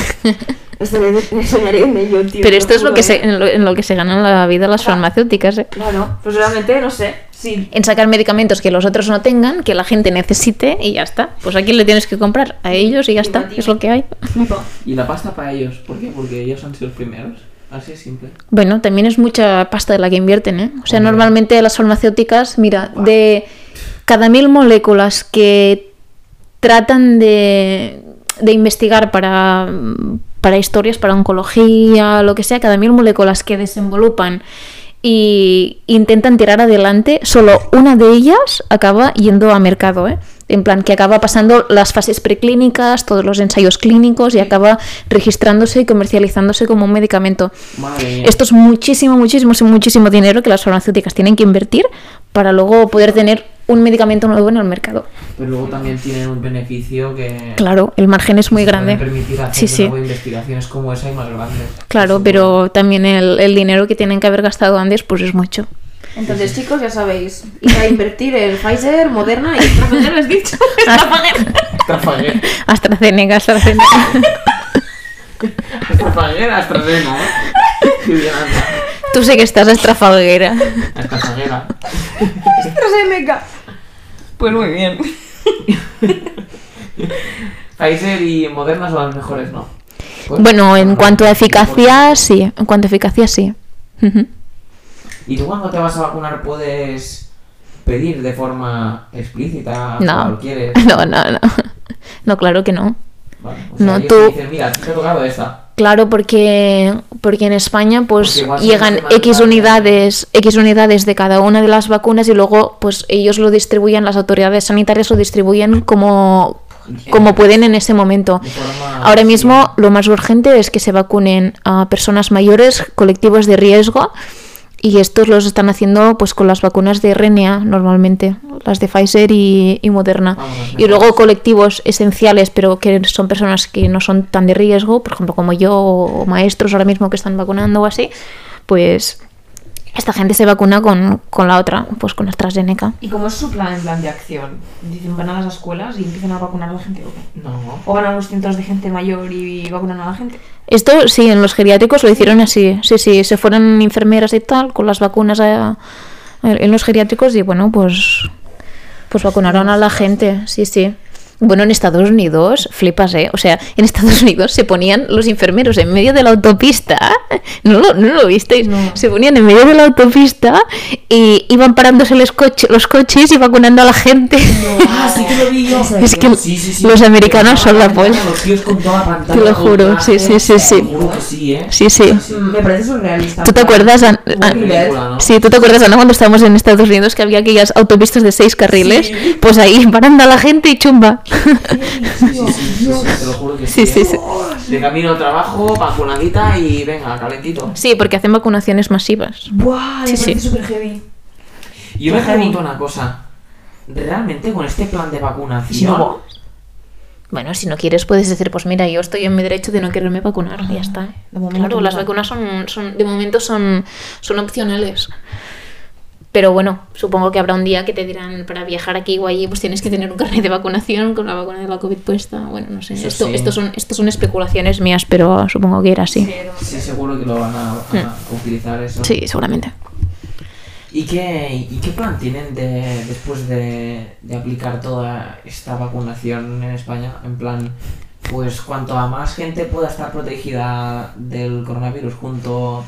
Esto me, me soñaré en ello, tío. te
Pero esto es lo
juro,
que
eh.
se, en, lo, en lo que se gana la vida las farmacéuticas, ¿eh?
Claro, pues realmente, no sé, sí.
en sacar medicamentos que los otros no tengan, que la gente necesite y ya está. Pues a quién le tienes que comprar, a ellos y ya está, es lo que hay.
flipo.
Y la pasta para ellos, ¿por qué? Porque ellos han sido los primeros. Así es simple.
Bueno, también es mucha pasta de la que invierten, ¿eh? O sea, normalmente las farmacéuticas, mira, de cada mil moléculas que tratan de, de investigar para, para historias, para oncología, lo que sea, cada mil moléculas que desenvolupan y intentan tirar adelante, solo una de ellas acaba yendo a mercado, ¿eh? En plan, que acaba pasando las fases preclínicas, todos los ensayos clínicos y acaba registrándose y comercializándose como un medicamento.
Madre mía.
Esto es muchísimo, muchísimo, muchísimo dinero que las farmacéuticas tienen que invertir para luego poder tener un medicamento nuevo en el mercado.
Pero luego también tienen un beneficio que.
Claro, el margen es muy
se
grande.
pueden permitir hacer
Sí,
de
sí.
nuevo investigaciones como esa y más grandes.
Claro, pero también el, el dinero que tienen que haber gastado antes, pues es mucho.
Entonces, chicos, ya sabéis, ir a invertir en Pfizer, Moderna y AstraZeneca, ¿lo has dicho?
Trafaguer.
AstraZeneca, AstraZeneca.
Trafaguer, AstraZeneca, ¿eh? Qué bien anda.
Tú sé que estás estrafalguera.
Trafaguera.
AstraZeneca. Pues muy bien.
Pfizer y Moderna son las mejores, ¿no? Pues-
Bueno, en cuanto a
Bueno.
eficacia, sí. En cuanto a eficacia, sí. Ujú.
¿Y tú cuando te vas a vacunar puedes pedir de forma explícita
No.
cuando Ah, quieres?
No, no, no. No, claro que no.
Vale, o sea,
No,
ellos
tú-
te dicen, mira, a ti te ha tocado esta.
Claro, porque, porque en España
Porque
pues
igual se
llegan
hace más
X
tarde.
unidades, X unidades de cada una de las vacunas y luego pues ellos lo distribuyen, las autoridades sanitarias lo distribuyen como, como pueden en ese momento.
De forma-
Ahora mismo lo más urgente es que se vacunen a personas mayores, colectivos de riesgo y estos los están haciendo pues con las vacunas de RNA normalmente, las de Pfizer y, y Moderna.
Vamos, las
Y luego
mejores.
colectivos esenciales, pero que son personas que no son tan de riesgo, por ejemplo como yo o maestros ahora mismo que están vacunando o así, pues esta gente se vacuna con, con la otra, pues con AstraZeneca.
¿Y cómo es su plan en plan de acción? Dicen, van a las escuelas y empiezan a vacunar a la gente. ¿o qué?
No.
¿O van a los centros de gente mayor y vacunan a la gente?
Esto sí, en los geriátricos lo hicieron así. Sí, sí, se fueron enfermeras y tal, con las vacunas eh, a- en los geriátricos y bueno, pues, pues vacunaron a la gente. Sí, sí. Bueno, en Estados Unidos, flipas, ¿eh? O sea, en Estados Unidos se ponían los enfermeros en medio de la autopista. ¿No lo, no lo visteis? Se ponían en medio de la autopista y iban parándose los, coche- los coches y vacunando a la gente.
Ah, sí que lo vi yo.
Es que los americanos son la polla.
Los tíos con toda la pantalla.
Te lo
todo el
juro,
traje,
sí, sí, sí, sí.
Te juro que sí, ¿eh?
Sí, sí.
Mm.
Me parece surrealista.
¿Tú te acuerdas, An-
Una
An-
película, ¿no?
Sí, ¿tú te acuerdas, Ana, cuando estábamos en Estados Unidos que había aquellas autopistas de seis carriles? Pues ahí, parando a la gente y chumba.
Sí, sí, sí, sí, sí, te lo juro que sí.
Sí, sí,
¿eh?
sí.
De camino al trabajo, vacunadita y venga, calentito.
Sí, porque hacen vacunaciones masivas.
Buah, me
Sí,
parece
sí.
súper heavy.
Y yo me
Ajá.
pregunto una cosa. ¿Realmente con este plan de vacunación?
No. Bueno, si no quieres puedes decir, pues mira, yo estoy en mi derecho de no quererme vacunar. y ya está.
De momento
Claro,
no.
las vacunas son, son- de momento son, son opcionales. Pero bueno, supongo que habrá un día que te dirán para viajar aquí o allí, pues tienes que tener un carnet de vacunación con la vacuna de la COVID puesta. Bueno, no sé.
Eso
Esto,
sí.
esto son, esto son especulaciones mías, pero supongo que era así.
Sí, seguro que lo van a, a utilizar eso.
Sí, seguramente.
¿Y qué, ¿Y qué plan tienen de, después de, de aplicar toda esta vacunación en España? En plan, pues cuanto a más gente pueda estar protegida del coronavirus junto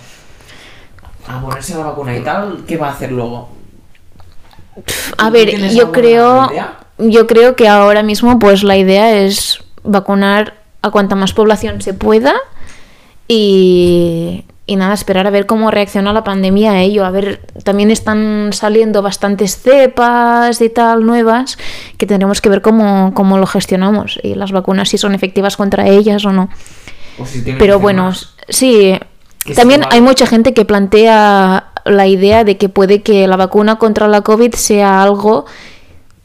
a ponerse la vacuna y tal, ¿qué va a hacer luego?
A
¿Tú
ver,
tienes
yo
alguna
creo,
idea?
yo creo que ahora mismo pues la idea es vacunar a cuanta más población se pueda y, y nada, esperar a ver cómo reacciona la pandemia a ello. A ver, también están saliendo bastantes cepas y tal nuevas que tendremos que ver cómo, cómo lo gestionamos y las vacunas si son efectivas contra ellas o no.
O si tienen que
Pero
hacer
bueno,
más.
sí.
Que
También
sea-
hay mucha gente que plantea la idea de que puede que la vacuna contra la COVID sea algo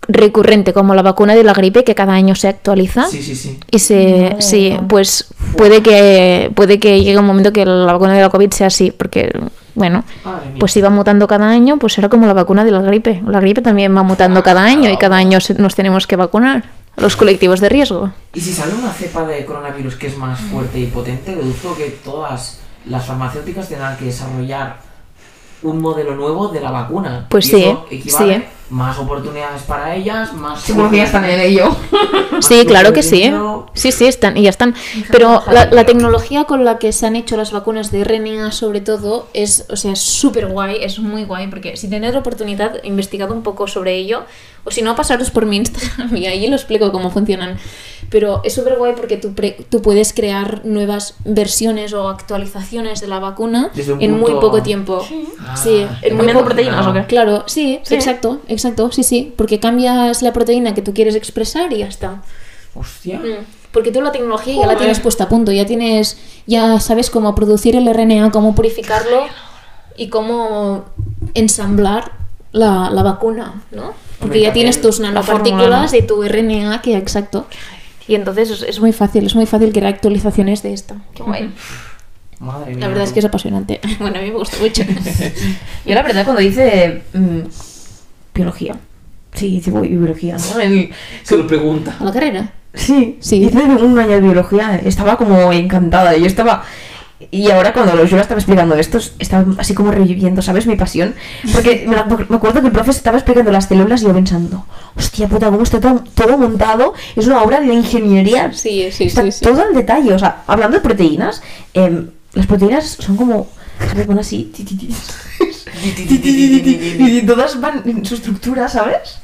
recurrente, como la vacuna de la gripe que cada año se actualiza.
Sí, sí, sí.
Y se, sí, pues puede que, puede que llegue un momento que la vacuna de la COVID sea así, porque, bueno,
Madre mía.
pues si va mutando cada año, pues será como la vacuna de la gripe. La gripe también va
Ah,
mutando cada año y cada año se- nos tenemos que vacunar, los colectivos de riesgo.
¿Y si sale una cepa de coronavirus que es más
Mm.
fuerte y potente, deduzco que todas las farmacéuticas tendrán que desarrollar un modelo nuevo de la vacuna.
Pues
Y
sí,
eso equivale
sí.
Más oportunidades para ellas, más...
Seguro que ya están en ello.
Sí, claro que sí.
Pero-
Sí, sí, están, y ya están. Pero la, la tecnología con la que se han hecho las vacunas de RNA, sobre todo, es, o sea, súper guay, es muy guay, porque si tenéis la oportunidad, investigad un poco sobre ello, o si no, pasaros por mi Instagram y ahí lo explico cómo funcionan. Pero es súper guay porque tú, pre- tú puedes crear nuevas versiones o actualizaciones de la vacuna
Desde un
en muy
punto-
poco tiempo. Sí,
Ah,
en muy
Cambiando
poco
proteínas, ¿o qué?
Claro, sí, exacto, exacto, sí, sí, porque cambias la proteína que tú quieres expresar y ya está.
Hostia.
Mm, Porque tú la tecnología ya la tienes puesta a punto, ya tienes, ya sabes cómo producir el RNA, cómo purificarlo y cómo ensamblar la, la vacuna, ¿no? Porque ya tienes tus nanopartículas de tu RNA, que exacto. Y entonces es, es muy fácil, es muy fácil crear actualizaciones de esto.
Madre mía.
La verdad es que es apasionante. Bueno, a mí me gusta mucho.
Yo la verdad cuando dice mm, biología. Sí, tipo biología, ¿no? El-
Se lo pregunta.
¿A la carrera?
Sí,
Sí.
hice un año de biología, estaba como encantada, yo estaba... Y ahora cuando lo- yo lo estaba explicando esto, estaba así como reviviendo, ¿sabes? Mi pasión. Porque me, la- me acuerdo que el profe estaba explicando las células y yo pensando, hostia puta, cómo está todo, todo montado, es una obra de ingeniería.
Sí, sí,
Está
sí, sí.
todo al detalle, o sea, hablando de proteínas, em, las proteínas son como... Se pone así, ti, ti, ti, y todas van en su estructura, ¿sabes?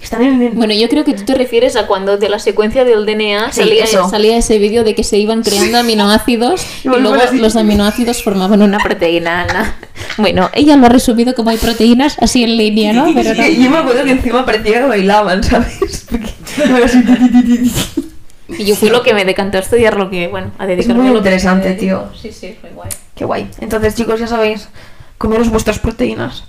Están en... en-
Bueno, yo creo que tú te refieres a cuando de la secuencia del DNA
Sí,
salía, e-,
eso.
salía ese vídeo de que se iban creando aminoácidos y,
Y volvemos
luego
así.
los aminoácidos formaban una proteína. Ana. Bueno, ella lo ha resumido como hay proteínas así en línea, ¿no? Pero no.
Y yo me acuerdo que encima parecía que bailaban, ¿sabes? Porque
Y yo fui lo que me decantó a estudiar lo que, bueno, a dedicarme
muy
a lo que
interesante,
me dedico.
tío.
Sí, sí, fue guay.
Qué guay. Entonces, chicos, ya sabéis, comeros vuestras proteínas.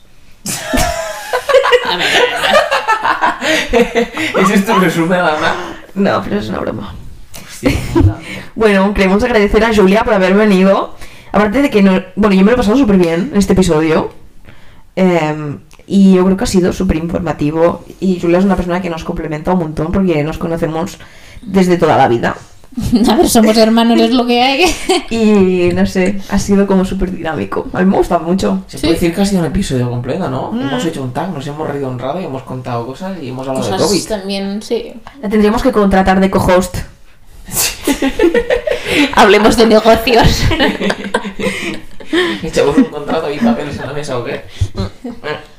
¿Ese es tu resumen, Ana?
No, pero es una broma.
Hostia, puta.
Bueno, queremos agradecer a Julia por haber venido. Aparte de que, no, bueno, yo me lo he pasado súper bien en este episodio. Em, y yo creo que ha sido súper informativo. Y Julia es una persona que nos complementa un montón porque nos conocemos desde toda la vida.
A ver, somos hermanos, es lo que hay.
Y no sé, ha sido como súper dinámico. A mí me gusta mucho.
Se puede decir que ha sido un episodio completo, ¿no?
Mm.
Hemos hecho un tag, nos hemos reído un rato y hemos contado cosas y hemos hablado de
Cosas
COVID.
también, sí.
La tendríamos que contratar de co-host.
Hablemos de negocios.
Echamos un contrato y papeles en la mesa o qué.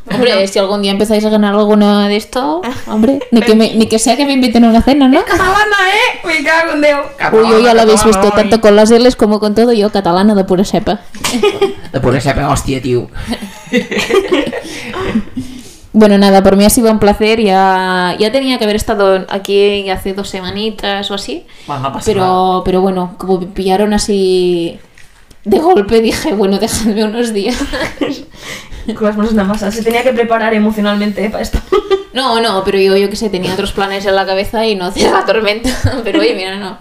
Mm.
Eh.
Hombre, si algún día empezáis a ganar alguna de esto,
Ah.
hombre, ni que, me- ni que sea que me inviten a una cena, ¿no?
¡Catalana, eh! Me cago en Deo.
Uy, uy, ya lo habéis visto,
Catalana,
tanto con las L's como con todo, yo catalana de pura cepa.
De ponerse a pegar hostia, tío.
Bueno, nada, por mí ha sido un placer, ya, ya tenía que haber estado aquí hace dos semanitas o así,
Bueno, no pasa nada.
pero, pero bueno, como me pillaron así de golpe, dije, bueno, dejadme unos días.
Con las manos en la masa. Se tenía que preparar emocionalmente eh, para esto.
No, no, pero yo, yo que sé, tenía otros planes en la cabeza y no hacía la tormenta. Pero oye, mira, no.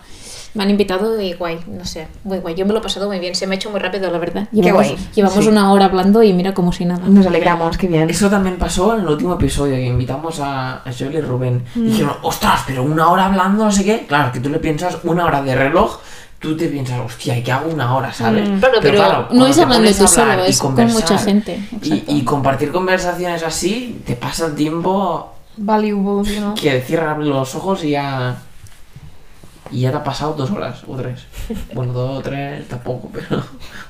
Me han invitado y guay, no sé, muy guay. Yo me lo he pasado muy bien, se me ha hecho muy rápido, la verdad.
Qué
Llevamos,
guay,
Llevamos
sí.
una hora hablando y mira como si nada.
Nos alegramos, qué bien.
Eso también pasó en el último episodio que invitamos a, a Joel y Rubén. Y dijeron, ostras, pero una hora hablando, no sé qué. Claro, que tú le piensas una hora de reloj, tú te piensas, hostia, ¿y qué hago una hora, sabes?
Claro, pero no
cuando
es
te
hablando
pones a
tú solo,
hablar y
es con
conversar
mucha gente,
Y,
exacto.
y compartir conversaciones así, te pasa el tiempo
Valuable, ¿no?
que cierras los ojos y ya. Y ya te ha pasado dos horas o tres. Bueno, dos o tres tampoco, pero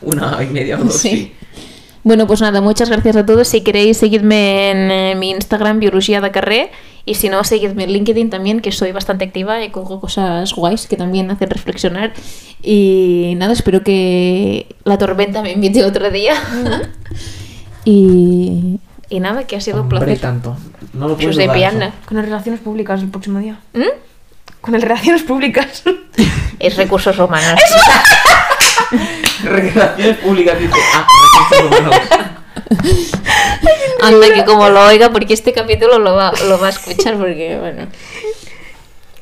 una y media o dos.
Sí.
sí.
Bueno, pues nada, muchas gracias a todos. Si queréis, seguidme en eh, mi Instagram, Biología de Carré. Y si no, seguidme en LinkedIn también, que soy bastante activa y cojo cosas guays que también hacen reflexionar. Y nada, espero que la tormenta me invite otro día. y, y nada, que ha sido un
Hombre,
placer.
tanto. No lo puedes
Soy de
dudar, eso.
Piana.
Con las relaciones públicas el próximo día.
¿Mm?
Con las relaciones públicas.
Es recursos humanos.
Recreaciones públicas, dice. Ah, recursos humanos.
Anda, que como lo oiga, porque este capítulo lo va, lo va a escuchar, porque bueno.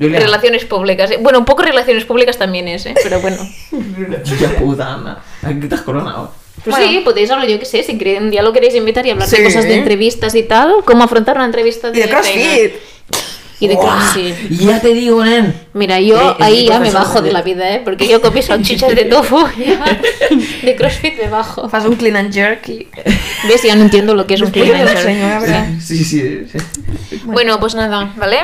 Julia,
Relaciones públicas. eh. Bueno, un poco relaciones públicas también es, eh, pero bueno.
Julia puta, Ana. Aquí te has coronado.
Pues
Bueno.
sí, podéis hablar, yo qué sé, si queréis, un día lo queréis invitar y hablar
Sí.
de cosas de entrevistas y tal, cómo afrontar una entrevista de,
Y de CrossFit.
trainer. Y de
Buah,
CrossFit.
Ya te digo, nen.
Mira,
Eh,
yo
es mi
ahí ya me
profesor
bajo de
de-
la vida, ¿eh? Porque yo comí salchichas de tofu y ya de CrossFit me bajo.
Haz un clean and jerk y...
¿Ves? Ya no entiendo lo que es un
Después yo lo
freelancer.
enseño, la verdad.
Sí, sí. sí.
Bueno, pues nada, ¿vale?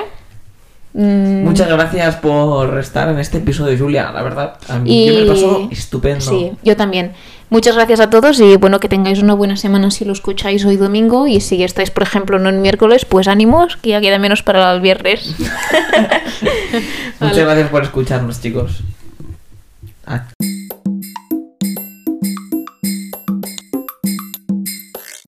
Mm,
Muchas gracias por estar en este episodio, Julia. La verdad, a mí yo me lo paso estupendo.
Sí, yo también. Muchas gracias a todos y bueno, que tengáis una buena semana si lo escucháis hoy domingo y si estáis, por ejemplo, no en miércoles, pues ánimos, que ya queda menos para el viernes.
Muchas gracias por escucharnos, chicos. Ah,